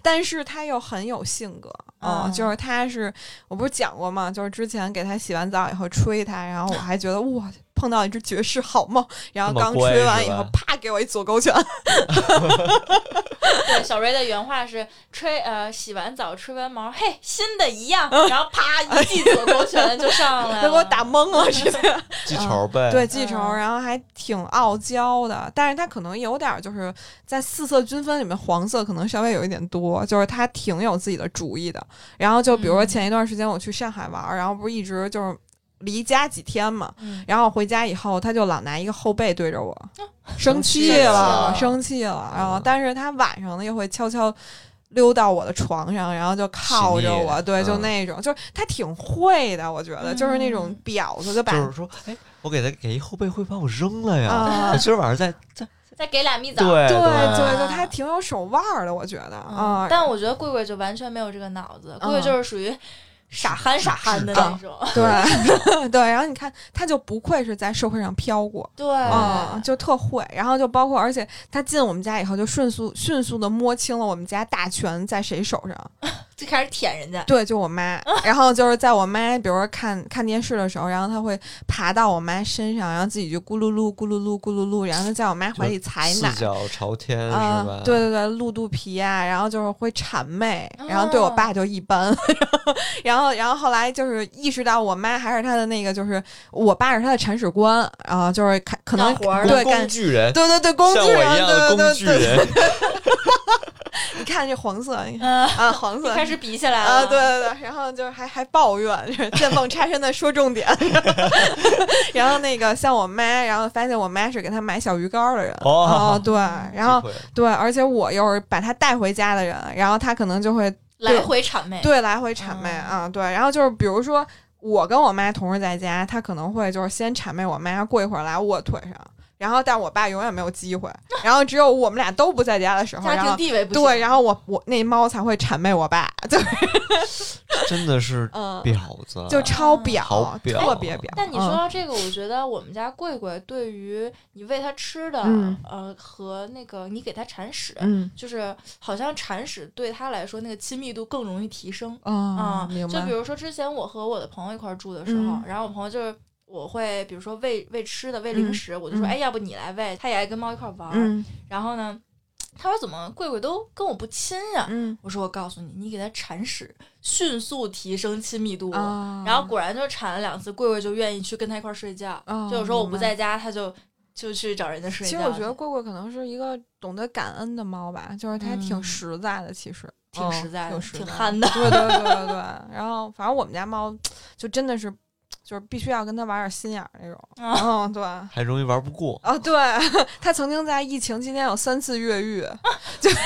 但是它又很有性格，啊，啊就是它是，我不是讲过嘛，就是之前给它洗完澡以后吹它，然后我还觉得哇，碰到一只绝世好猫，然后这么刚乖吹完以是吧后，啪给我一左勾拳，嗯对，小瑞的原话是吹呃洗完澡吹完毛，嘿，新的一样，然后啪一记左勾拳就上 来他了，给我打懵了，直接记仇呗。对记仇，嗯然后还挺傲娇的，但是他可能有点儿就是在四色均分里面，黄色可能稍微有一点多，就是他挺有自己的主意的。然后就比如说嗯前一段时间我去上海玩儿，然后不是一直就是离家几天嘛，嗯，然后回家以后他就老拿一个后背对着我，生哦生气气了，了生气了。然后嗯但是他晚上呢又会悄悄。溜到我的床上，然后就靠着亲我，你对，就嗯那种，就是他挺会的，我觉得，就是那种嗯婊子，就把就是说，哎，我给他给一后背会把我扔了呀。啊我，今儿晚上再再再给俩蜜枣，对对对对对，他还挺有手腕儿的，我觉得嗯啊。但我觉得贵贵就完全没有这个脑子，贵贵就是属于傻憨傻憨嗯的嗯那种，对 对，然后你看，他就不愧是在社会上飘过对，啊、嗯就特会。然后就包括，而且他进我们家以后，就迅速迅速的摸清了我们家大权在谁手上。就开始舔人家，对，就 我妈。然后就是在我妈，比如说看看电视的时候，然后他会爬到我妈身上，然后自己就咕噜噜咕噜噜咕噜噜，然后就在我妈怀里踩四奶。脚朝天是啊、吧？对对对，露肚皮啊，然后就是会谄媚，然后对哦我爸就一般， 然后然后后来就是意识到我妈还是他的那个，就是我爸是他的铲屎官啊，就是看可能干活儿对工干。具人，对对对，工像具我人，一样的对对工对具对对，人。 你看这黄色，你看嗯， 啊，黄色开始比起来了，啊，对，对对，然后就是还还抱怨， 就是见缝插针的说重点， 然后那个像我妈，然后发现我妈是给她买小鱼干儿的人，哦 哦对，然后机会对，而且我又是把它带回家的人，然后他可能就会来回谄媚，对来回谄媚哎哦啊，对，然后就是比如说我跟我妈同时在家，他可能会就是先谄媚我妈，过一会儿来我腿上，然后但我爸永远没有 机会，然后只有我们俩都不在家的时候，家然庭后地位不行，对，然后我我那猫才会谄媚我爸，就是真的是嗯，婊子，啊就超嗯婊，好婊特别婊。但你说嗯到这个，我觉得我们家贵贵对于你喂它吃的，嗯呃，和那个你给它铲屎，嗯就是好像铲屎对它来说那个亲密度更容易提升啊啊、，明就白比。如说之前我和我的朋友一块儿住的时候，嗯然后我朋友就是我会比如说喂喂吃的、喂零嗯食，我就说嗯哎，要不你来喂，它也爱跟猫一块儿玩儿。嗯然后呢，他说怎么贵贵都跟我不亲呀、嗯我说我告诉你，你给它铲屎，迅速提升亲密度。啊，然后果然就产了两次，贵贵就愿意去跟他一块儿睡觉。啊就有时候我不明白在家，他就就去找人家睡其觉去。实我觉得贵贵可能是一个懂得感恩的猫吧，就是它挺嗯实在的，其实挺实在的，嗯挺挺实在憨的。 的。对对对对对。然后反正我们家猫就真的是。就是必须要跟他玩点心眼儿那种。啊嗯，对。还容易玩不过。啊，对 他曾经在疫情期间有三次越狱，就是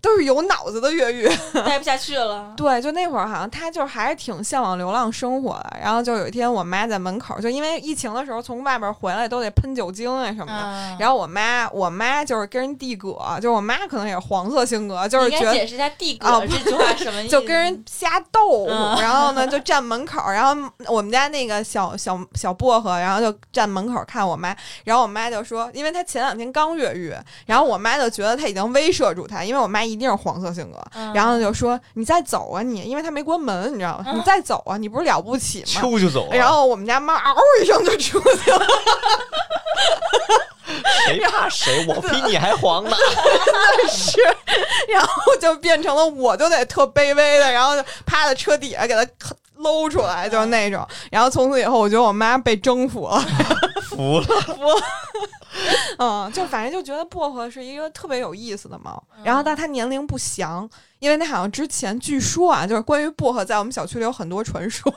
都是有脑子的越狱。待不下去了。对，就那会儿好像他就还是挺向往流浪生活的。然后就有一天，我妈在门口，就因为疫情的时候从外边回来都得喷酒精啊什么的。嗯， 然后我妈，我妈就是跟人递葛，就是我妈可能也是黄色性格，就是你应觉该得解释一下地啊格不这句话什么意思， 就跟人瞎斗，嗯然后呢就站门口，然后我们家那个小小小薄荷，然后就站门口看我妈，然后我妈就说，因为她前两天刚越狱，然后我妈就觉得她已经威慑住她，因为我妈一定是黄色性格，嗯，然后就说你再走啊你，因为她没关门，你知道吗？嗯你再走啊，你不是了不起吗？就走然后我们家猫嗷一声就出去了，谁怕谁？ 我比你还黄呢。是，然后就变成了我就得特卑微的，然后就趴在车底下给它搂出来，就是那种。然后从此以后，我觉得我妈被征服了，服了。嗯，就反正就觉得薄荷是一个特别有意思的猫。嗯然后但它年龄不详，因为它好像之前据说啊，就是关于薄荷在我们小区里有很多传说。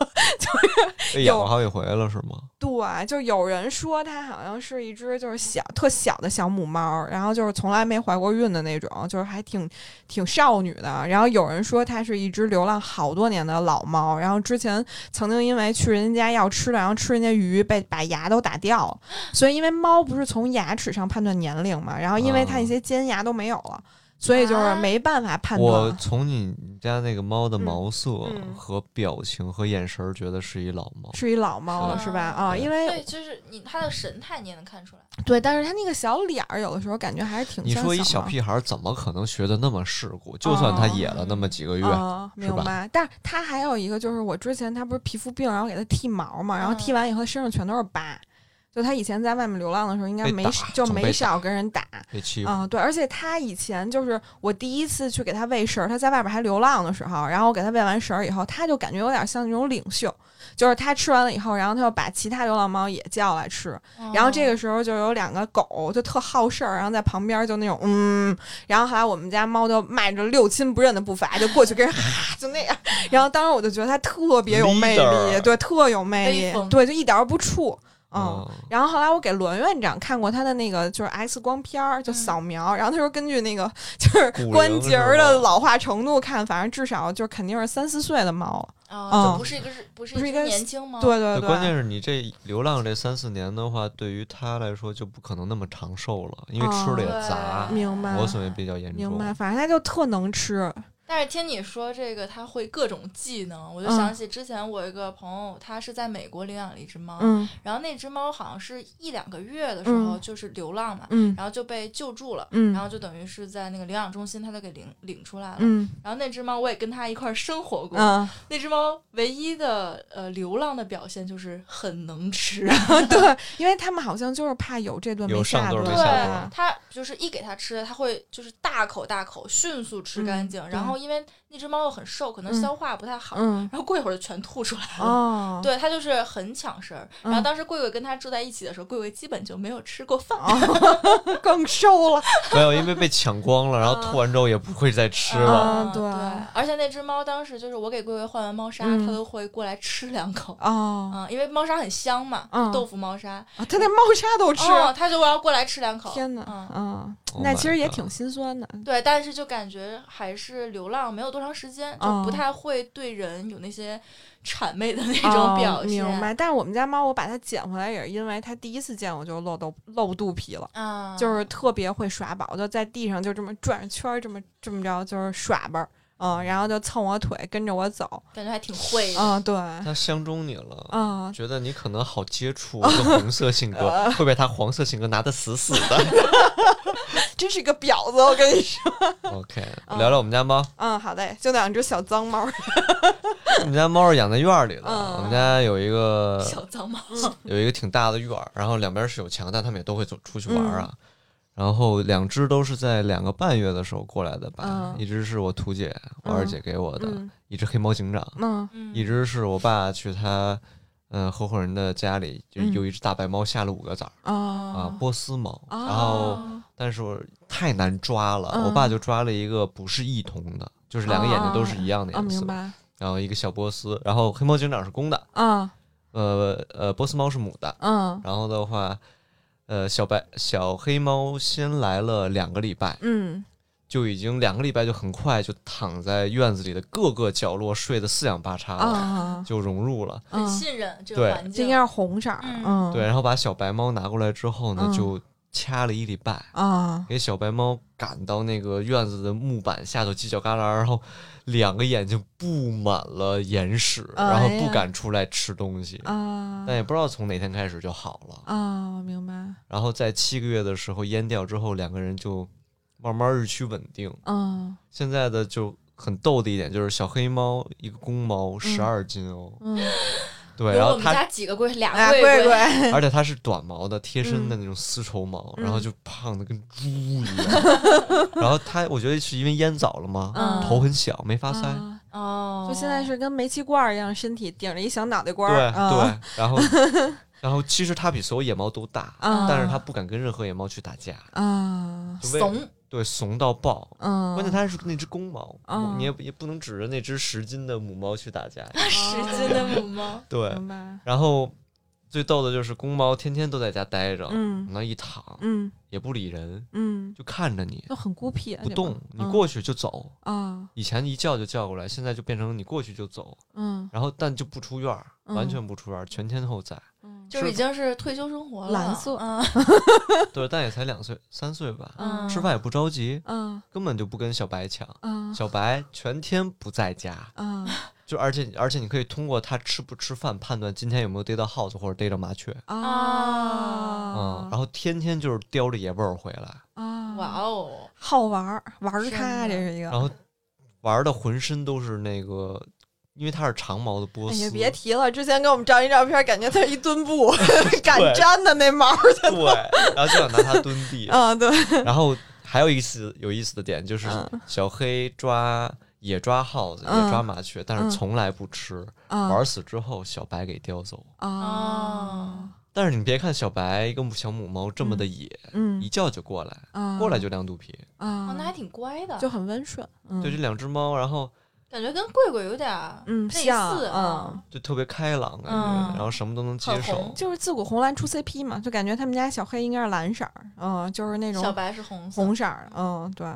被养过好几回了是吗？对，就有人说它好像是一只就是小特小的小母猫，然后就是从来没怀过孕的那种，就是还挺挺少女的。然后有人说它是一只流浪好多年的老猫，然后之前曾经因为去人家家要吃的，然后吃人家鱼被把牙都打掉了。所以因为猫不是从牙齿上判断年龄嘛，然后因为它啊一些尖牙都没有了，所以就是啊没办法判断。我从你家那个猫的毛色嗯和表情和眼神儿，觉得是一老猫。是一老猫了，是是吧？啊啊，对因对，为就是你他的神态你也能看出来，对，但是它那个小脸儿，有的时候感觉还是挺你像说一小猫哦屁孩儿怎么可能学的那么世故？就算他野了那么几个月，啊、是明吧白。但是他还有一个就是，我之前他不是皮肤病，然后给他剃毛嘛，然后剃嗯完以后身上全都是疤。就他以前在外面流浪的时候，应该被没打哎少就总没被少跟人打。被欺负。啊、对，而且他以前就是我第一次去给他喂食儿，他在外边还流浪的时候，然后我给他喂完食儿以后，他就感觉有点像那种领袖，就是他吃完了以后，然后他又把其他流浪猫也叫来吃，哦然后这个时候就有两个狗就特好事儿，然后在旁边就那种嗯，然后后来我们家猫就迈着六亲不认的步伐就过去跟人哈，就那样。然后当时我就觉得它特别有魅力， Leader 对，特有魅威力，风对，就一点儿不怵，嗯。嗯，然后后来我给栾院长看过他的那个就是 X 光片儿，就嗯扫描，然后他说根据那个就是骨龄关节儿是吧的老化程度看，反正至少就是肯定是三四岁的猫了。啊，嗯就不是一个是不是不是一一个个年轻吗？对对那对，关键是你这流浪这三四年的话，对于他来说就不可能那么长寿了，因为吃的也杂，对明白磨损也比较严哦明重。白，反正它就特能吃，但是听你说这个，他会各种技能，我就嗯想起之前我有一个朋友，他是在美国领养了一只猫，嗯然后那只猫好像是一两个月的时候嗯就是流浪嘛，嗯然后就被救助了。嗯然后就等于是在那个领养中心，他就给领领出来了。嗯然后那只猫我也跟他一块儿生活过，嗯，那只猫唯一的呃流浪的表现就是很能吃， 嗯对，因为他们好像就是怕有这顿有没上下顿顿，没对下顿吧它就是一给它吃的，它会就是大口大口迅速吃干净。嗯然后因为那只猫又很瘦，可能消化不太好，嗯，然后过一会儿就全吐出来了。哦，对，它就是很抢食儿。嗯然后当时贵贵跟它住在一起的时候，贵贵基本就没有吃过饭。哦，更瘦了，没有，因为被抢光了，然嗯后吐完之后也不会再吃了。啊嗯对而且那只猫当时就是我给贵贵换完猫砂，嗯它都会过来吃两口。哦，嗯，因为猫砂很香嘛，嗯豆腐猫砂，啊他那猫砂都吃，哦，它就要过来吃两口。天哪，嗯，啊， Oh 那 my 其实也 God 挺心酸的，对，但是就感觉还是流浪没有多长时间，就哦不太会对人有那些谄媚的那哦种表现。明白。但是我们家猫，我把它捡回来也是因为它第一次见我就露肚露肚皮了。啊，就是特别会耍宝，就在地上就这么转着圈儿，这么这么着，就是耍吧儿，嗯，然后就蹭我腿，跟着我走，感觉还挺会的。嗯，对，它相中你了，嗯，觉得你可能好接触，这红色性格会被他黄色性格拿得死死 的。真是个婊子，我跟你说， OK，聊聊我们家猫。嗯，好嘞，就两只小脏猫，我们家猫是养在院儿里的，嗯我们家有一 个小脏猫，有一个挺大的院儿，然后两边是有墙，但它们也都会走出去玩儿嗯啊。然后两只都是在两个半月的时候过来的吧，嗯一只是我图姐，我二姐给我的，嗯一只黑猫警长， 嗯嗯一只是我爸去他嗯、呃合伙人的家里，就嗯有一只大白猫下了五个崽儿、啊，啊波斯猫，啊然后但是我太难抓了，嗯我爸就抓了一个不是异瞳的，就是两个眼睛都是一样的啊，颜色明，白然后一个小波斯，然后黑猫警长是公的。啊呃呃，波斯猫是母的，嗯然后的话，呃，小白小黑猫先来了两个礼拜，嗯，就已经两个礼拜就很快就躺在院子里的各个角落睡得四仰八叉了，啊，就融入了。很嗯信任这对个环这境应该。是红色儿，嗯，嗯对，然后把小白猫拿过来之后呢，嗯就掐了一礼拜，啊，给小白猫赶到那个院子的木板下头犄角旮旯，然后两个眼睛布满了眼屎，哎呀然后不敢出来吃东西。啊嗯但也不知道从哪天开始就好了，啊，我明白，然后在七个月的时候阉掉之后，两个人就慢慢日趋稳定。嗯现在的就很逗的一点就是小黑猫一个公猫十二斤哦，嗯，对，有然我后们它家几个龟，俩啊，龟贵贵，而且它是短毛的贴身的嗯那种丝绸毛，嗯然后就胖的跟猪一 样，然后它我觉得是因为阉早了吗？嗯头很小没发腮，啊哦，就现在是跟煤气罐儿一样，身体顶着一小脑袋瓜对儿，啊对，然后 然后其实它比所有野猫都大，啊，但是它不敢跟任何野猫去打架，啊，就为，怂， 对，怂到爆。嗯，关键它是那只公猫，嗯你也也不能指着那只十斤的母猫去打架。十斤的母猫，对，嗯明白，然后最逗的就是公猫天天都在家待着，往嗯那一躺嗯也不理人，嗯，就看着你就很孤僻，啊不这动帮，你过去就走。嗯啊，以前一叫就叫过来，现在就变成你过去就走，嗯然后但就不出院儿，嗯完全不出院儿，全天候在。嗯，就是已经是退休生活了，蓝色嗯对，但也才两岁三岁吧，嗯，吃饭也不着急，嗯根本就不跟小白抢。嗯小白全天不在家，嗯就而且而且你可以通过它吃不吃饭判断今天有没有逮到耗子或者逮着麻雀。嗯，然啊后天天就是叼着野味儿回来，啊，哇哦，好玩儿，玩儿天咖，这哪是一个。然后玩的浑身都是那个，因为它是长毛的波哎斯，呀，别提了，之前给我们照一照片，感觉它是一墩布，敢粘的那毛儿。对，然后就想拿它蹲地。啊，对，然后还有一次有意思的点就是嗯，小黑抓也抓耗子，也抓嗯麻雀，但是从来不吃，玩啊死之后小白给叼走。哦啊，但是你别看小白一个小母猫这么的野，嗯一叫就过来，啊，过来就亮肚皮。哦啊，那还挺乖的，就很温顺，嗯，对，这两只猫，然后感觉跟贵贵有点儿嗯类像似啊，就特别开朗感觉，嗯然后什么都能接很受红。就是自古红蓝出 CP 嘛，就感觉他们家小黑应该是蓝色儿，嗯，就是那小种白是红色，红色儿，嗯，对，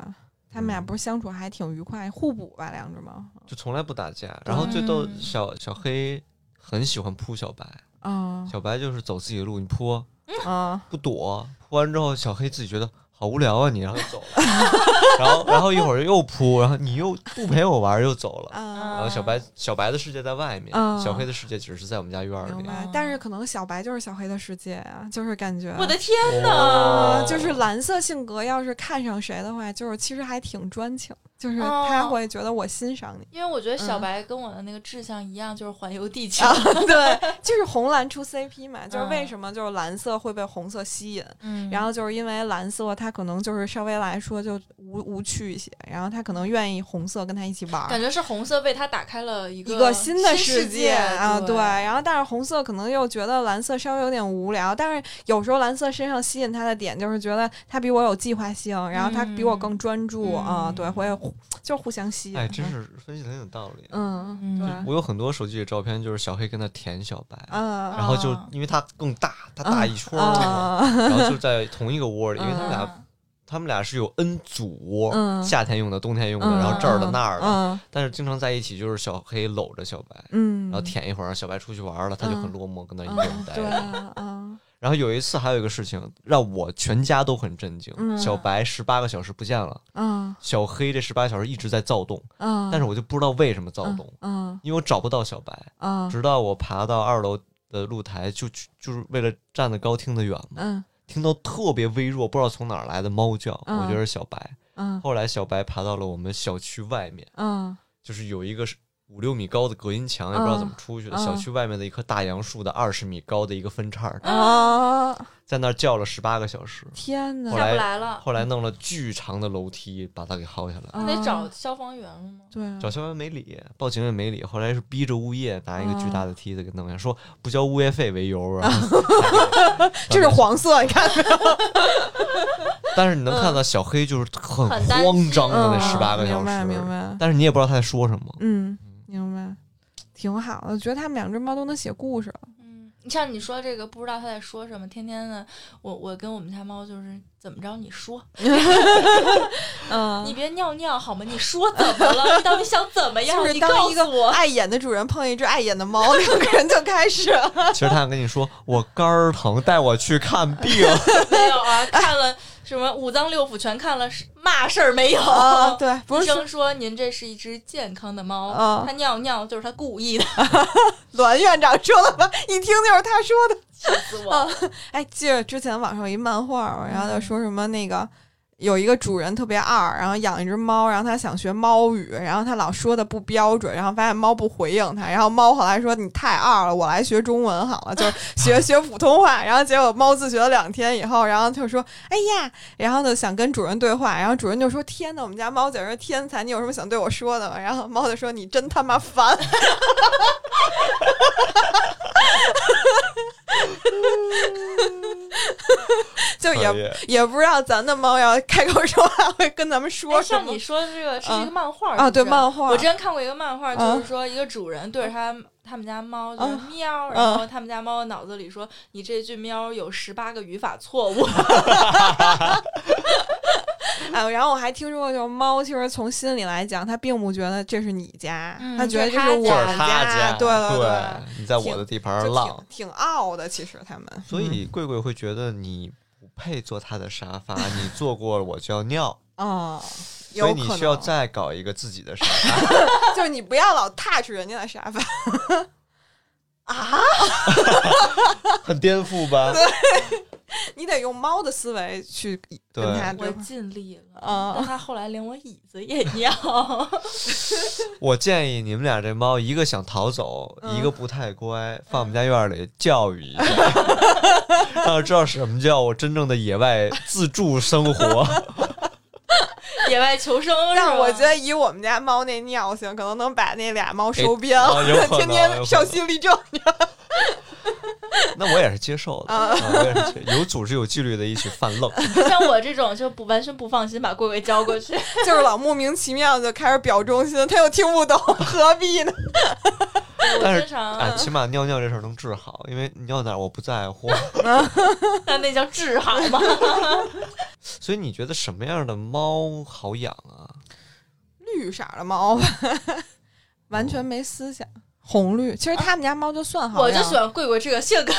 他们俩不是相处还挺愉快，互补吧，两只猫，就从来不打架。然后最逗，嗯小小黑很喜欢扑小白，啊小白就是走自己的路，你扑啊不躲，扑完之后小黑自己觉得好无聊啊，你然后就走了， 然后然后一会儿又扑，然后你又不陪我玩又走了。啊，然后小白小白的世界在外面，嗯小黑的世界只是在我们家院儿明里。白。但是可能小白就是小黑的世界啊，就是感觉哦我的天，哦啊，就是蓝色性格，要是看上谁的话，就是其实还挺专情，就是哦他会觉得我欣赏你。 因为我觉得小嗯白跟我的那个志向一样，就是环游地球啊，，对，就是红蓝出 CP 嘛，就是嗯为什么就是蓝色会被红色吸引，嗯 然后就是因为蓝色它可能就是稍微来说就无无趣一些，然后他可能愿意红色跟他一起玩感儿。觉是红色为他打开了一个一个新新的世界啊，对，然后但是红色可能又觉得蓝色稍微有点无聊，但是有时候蓝色身上吸引他的点就是觉得他比我有计划性，然后他比我更专注嗯啊、嗯对，会互就互相吸引。哎，真是分析的很有道理。啊嗯，嗯嗯，对，我有很多手机里照片，就是小黑跟他舔小白，嗯然后就啊因为它更大，它大一圈儿嘛，嗯然后就在同一个窝里，因为他们俩嗯他们俩是有 N 组窝，嗯夏天用的、冬天用的，嗯然后这儿的那儿的，嗯但是经常在一起就是小黑搂着小白，嗯，然后舔一会儿，让小白出去玩了，他就很落寞，跟那儿一嗯个人待对着。啊，嗯然后有一次还有一个事情让我全家都很震惊，嗯小白十八个小时不见了，嗯小黑这十八小时一直在躁动，嗯，但是我就不知道为什么躁动，嗯因为我找不到小白，嗯直到我爬到二楼。的露台就去就是为了站得高听得远嘛，嗯听到特别微弱不知道从哪儿来的猫叫，嗯我觉得是小白，嗯后来小白爬到了我们小区外面，嗯就是有一个是五六米高的隔音墙，也不知道怎么出去的。嗯小区外面的一棵大杨树的二十米高的一个分叉嗯儿，啊，在那儿叫了十八个小时，天后哪！下来不来了，后来弄了巨长的楼梯把它给薅下来。你得啊找消防员了吗？对啊，找消防员没理，报警也没理，后来是逼着物业拿一个嗯巨大的梯子给弄下，说不交物业费为由。啊 然后这是黄色，你看，但是你能看到小黑就是很嗯很担心慌张的那嗯，十八个小明白明时，白，但是你也不知 道他在说什么。嗯，明白，挺好的，我觉得他们两只猫都能写故事了，你像你说这个不知道他在说什么，天天的我我跟我们家猫就是怎么着你说，嗯，你别尿尿好吗？你说怎么 了？你到底想怎么样？就是你当告一诉个我，碍眼的主人碰一只碍眼的 猫，两个人就开始了。其实他想跟你说，我肝儿疼，带我去看病。没有啊？看了什么五脏六腑全看了，是嘛事儿没有？啊， 对，不医是生说您这是一只健康的猫，啊它尿尿就是它故 意的，栾院长说的吗？一听就是他说的。气死我！啊哎，记着之前网上有一漫画儿，然后就说什么那个。有一个主人特别二，然后养一只猫，然后他想学猫语，然后他老说的不标准，然后发现猫不回应他，然后猫后来说你太二了，我来学中文好了，就学学普通话，然后结果猫自学了两天以后，然后就说哎呀，然后就想跟主人对话，然后主人就说天呐，我们家猫简直是天才，你有什么想对我说的吗？然后猫就说你真他妈烦， 就也可以也不知道咱的猫要开口说话会跟咱们说哎，什像么你。说的这个是一个啊漫画儿啊，是不对，是漫画，我之前看过一个漫画，啊就是说一个主人对着他他们家猫就是啊喵，啊然后他们家猫脑子里说你这句喵有十八个语法错误，啊哎，然后我还听说过，就是猫其实从心里来讲，它并不觉得这是你家，嗯它觉得这这是是它 我这家是他家，对对对你在我的地盘儿对，就浪挺。嗯挺傲的。其实它们，所以贵贵会觉得你不配坐他的沙发，你坐过了我就要尿，嗯哦，所以有你可需要能，再搞一个自己的沙发。 就是你不要老踏实人家的沙发啊，很颠覆 吧？你得用猫的思维去跟对它 对我话。尽力了，啊但他后来连我椅子也尿，我建议你们俩这猫，一个想逃走，嗯一个不太乖，放我们家院儿里教育一下， 让它知道什么叫我真正的野外自助生活。 野外求生是吧。但我觉得以我们家猫那尿性，可能能把那俩猫收编啊了，有可能天有可能天稍息立正。那我也是接受的，啊啊我也是接有组织有纪律的一起犯愣。 像我这种就不完全不放心把贵贵交过 去， 就是老莫名其妙就开始表忠心，他又听不懂，何必呢？ 但我是经常啊，起码尿尿这事儿能治好，因为尿哪儿我不在乎。那那叫治好 吗？所以你觉得什么样的猫好养啊？绿色的猫吧， 完全没思想。红绿，啊其实他们家猫就算好我就养喜欢贵贵这个性格。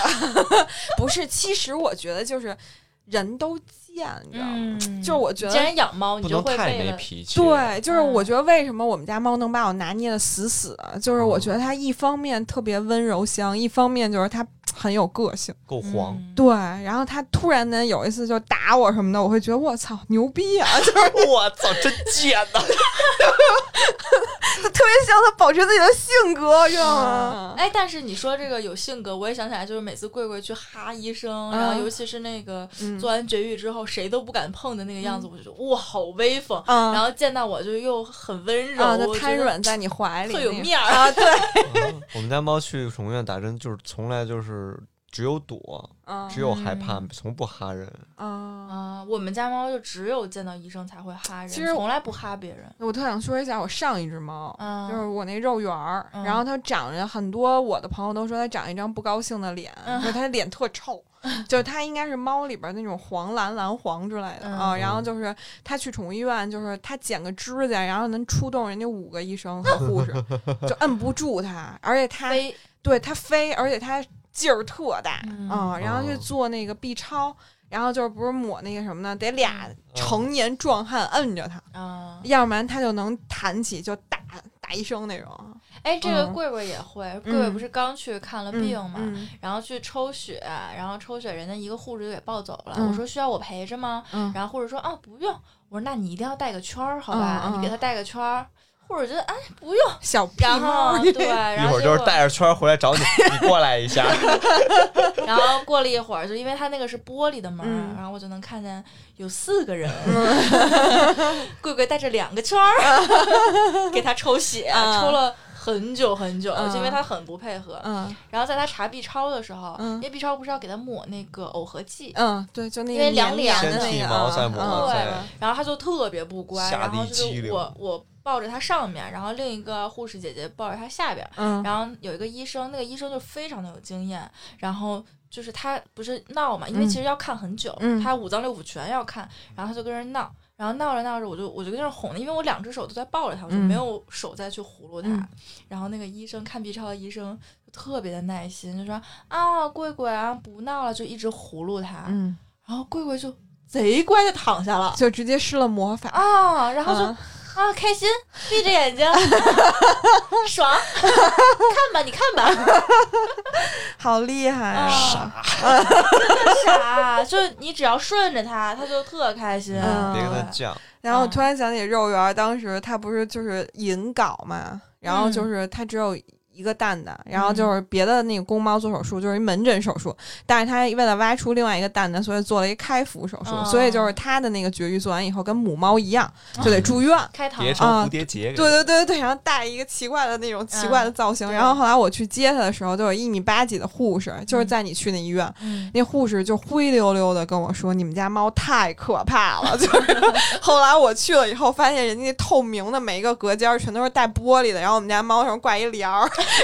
不是，其实我觉得就是人都贱，你知道吗？嗯，就是我觉既得。然养猫，你不就能会太为没了脾气。，对，就是嗯我觉得为什么我们家猫能把我拿捏的死死，就是嗯我觉得它一方面特别温柔乡，一方面就是它很有个性。够黄。嗯对，然后它突然间有一次就打我什么的，我会觉得我操牛逼啊！就是嗯 我操，真贱 呐！特别希望它保持自己的性格，知道吗？哎，但是你说这个有性格，我也想起来，就是每次贵贵去哈医生，然后嗯尤其是那个嗯做完绝育之后谁都不敢碰的那个样子，我就觉得哇，好威风。嗯然后见到我就又很温柔，啊，我它觉瘫得软在你怀里，特有那个面儿。啊，对，我们家猫去宠物医院打针，就是从来就是只有躲，嗯只有害怕，从不哈人。啊。啊，我们家猫就只有见到医生才会哈人，其实从来不哈别人。我特想说一下，我上一只猫，嗯，就是我那肉圆儿，嗯然后它长着很多，我的朋友都说它长一张不高兴的脸，嗯就是它脸特臭， 就是它应该是猫里边那种黄蓝蓝黄之类的嗯啊。然后就是它去宠物医院，就是它剪个指甲，然后能出动人家五个医生和护士，就摁不住它，而且它飞，对它飞，而且它劲儿特大，嗯嗯，然后去哦做那个 B 超，然后就是不是抹那个什么呢？得俩嗯嗯成年壮汉摁着它，啊，要不然它就能弹起，就打打一声那种。哎，这个嗯贵贵也会，贵贵嗯不是刚去看了病嘛，嗯然后去抽血，然后抽血，人家一个护士就给抱走了。嗯我说需要我陪着吗？嗯然后护士说啊不用。我说那你一定要带个圈儿，好吧？嗯嗯你给他带个圈儿。护士觉得 哎不用，小屁然猫后儿， 对，然一后会儿就结是果带着圈儿回来找你，你过来一下。然后过了一会儿，就因为他那个是玻璃的门儿，嗯然后我就能看见有四个人，嗯贵贵带着两个圈儿 给他抽血，嗯抽了很久很久，嗯就因为他很不配合。嗯然后在他查 B 超的时候，嗯因为 B 超不是要给他抹那个耦合剂，嗯，对，就那因个为凉凉黏黏的嗯先的那剃个毛再啊抹啊再啊然后他就特别不乖，下然后地就激是流我我抱着它上面，然后另一个护士姐姐抱着它下边，嗯然后有一个医生，那个医生就非常的有经验，然后就是他不是闹嘛，因为嗯其实要看很久，嗯他五脏六腑全要看，然后他就跟人闹，然后闹着闹着，我就我就跟那儿哄，因为我两只手都在抱着他，我就嗯没有手再去葫芦他。嗯然后那个医生看 B 超的医生就特别的耐心，就说啊贵贵啊不闹了，就一直葫芦他，嗯，然后贵贵就贼乖的躺下了。就直接施了魔法，啊，然后就、嗯啊，开心，闭着 眼睛，啊爽，看吧，你看吧，好厉害啊啊！傻，就是你只要顺着他，他就特开心。嗯别跟他对犟，然后我嗯突然想起肉圆儿，当时他不是就是引睾嘛，然后嗯就是他只有一个蛋蛋，然后就是别的那个公猫做手术就是一门诊手术，但是他为了挖出另外一个蛋蛋，所以做了一开腹手术，哦所以就是他的那个绝育做完以后跟母猫一样，就得住院。 开哦膛叠成蝴蝶结给它，啊对对对对，然后戴一个奇怪的那种奇怪的造型，嗯然后后来我去接他的时候，就有一米八几的护士，就是在你去那医院，嗯，那护士就灰溜溜的跟我说：“你们家猫太可怕了。”就是 后来我去了以后，发现人家那透明的每一个隔间儿全都是带玻璃的，然后我们家猫上挂一帘儿，不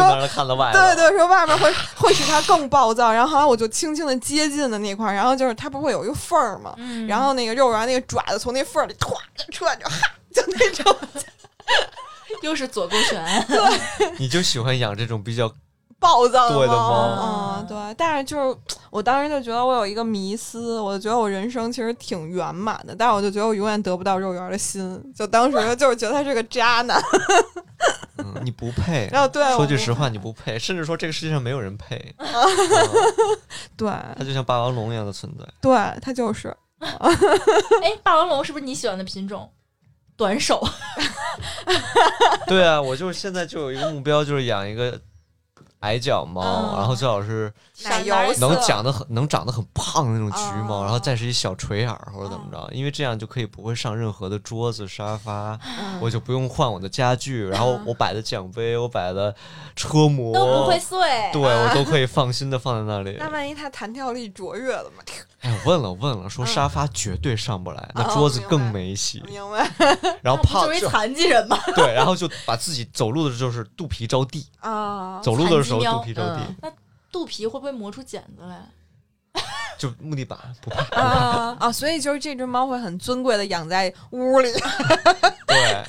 能说让他看到外头。对对，说外面会会使它更暴躁。然后后来我就轻轻的接近了那块儿，然后就是它不会有一个缝儿嘛，嗯然后那个肉圆那个爪子从那缝儿里歘就出来，就哈就 那种。又是左勾 哎拳，你就喜欢养这种比较暴躁对的猫嗯，对。但是就是我当时就觉得我有一个迷思，我就觉得我人生其实挺圆满的，但是我就觉得我永远得不到肉圆的心，就当时就是觉得他是个渣男。嗯，你不配。然后对，说我句不实话，你不配，甚至说这个世界上没有人 配。嗯对它就像霸王龙一样的存在。 对，他就是哎，霸王龙是不是你喜欢的品种？短手，对啊，我就是现在就有一个目标，就是养一个矮脚猫，嗯然后最好是奶闪油蓝色能长得很能长得很胖的那种橘啊猫，哦然后再是一小垂眼儿或者怎么着，因为这样就可以不会上任何的桌子、沙发，我就不用换我的家具，然后嗯我摆的奖杯，我摆的车模都不会碎。对我都可以放心的放在那里。那万一他弹跳力卓越了嘛？哎，我问了我问了，说嗯沙发绝对上不来，哦那桌子明白更没戏。 明白然那后不胖就是就一残疾人吗？对，然后就把自己走路的时候就是肚皮着地，啊？走路的时哦残疾候喵肚皮着地，嗯那肚皮会不会磨出茧子来？就木地板不怕。啊啊！所以就是这只猫会很尊贵的养在屋里，对，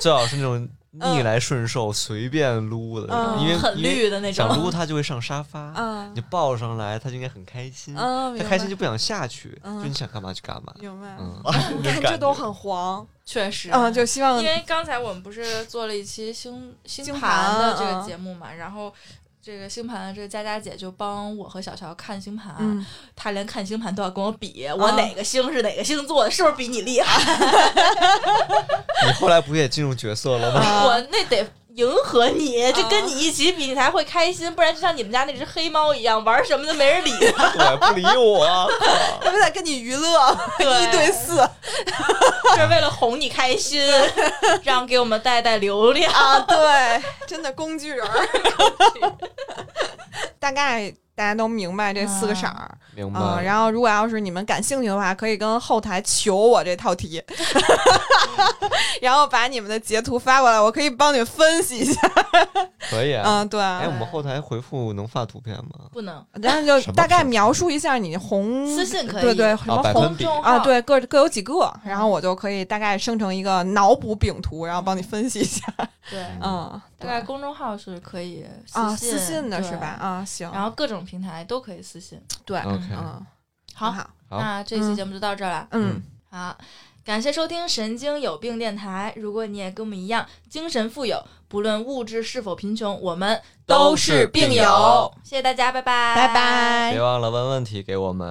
最好是那种逆来顺受、随便撸的那种，嗯因为很因为绿的那想撸种。它就会上沙发，嗯你抱上来它就应该很开心，嗯，它开心就不想下去，嗯就你想干嘛就干嘛。明白。嗯， 你那看感这都觉很黄，确实嗯，就希望因为刚才我们不是做了一期星星星盘的盘这个嗯节目嘛，然后这个星盘的这个佳佳姐就帮我和小乔看星盘，嗯，她连看星盘都要跟我比，我哪个星是哪个星座的，是不是比你厉害？你后来不也进入角色了吗？ 啊我那得。迎合你，就跟你一起比，你才会开心，不然就像你们家那只黑猫一样，玩什么都没人理。 对，不理我，他们在跟你娱乐，一 对四就是为了哄你开 心，让给我们带带流 量。啊，对，真的工具人儿。 大概大家都明白这四个色儿明白啊、了。然后，如果要是你们感兴趣的话，可以跟后台求我这套 题，然后把你们的截图发过来，我可以帮你分析一下。可以啊。嗯，对。哎，我们后台回复能发图片吗？不能，然后什就么大概分析描述一下你红私信可以对对，什么啊，百红分比公众啊，号对，各各有几个，嗯然后我就可以大概生成一个脑补饼图，然后帮你分析一下。对，嗯，大概公众号是可以啊，信私信的是吧？？对啊，行，然后各种平台都可以私信。对， OK，嗯，好，好，好那这期节目就到这儿了。嗯，好，感谢收听《神经有病电台》。如果你也跟我们一样精神富有，不论物质是否贫穷，我们都是病友。哎谢谢大家，拜拜，拜拜别。忘了问问题给我们。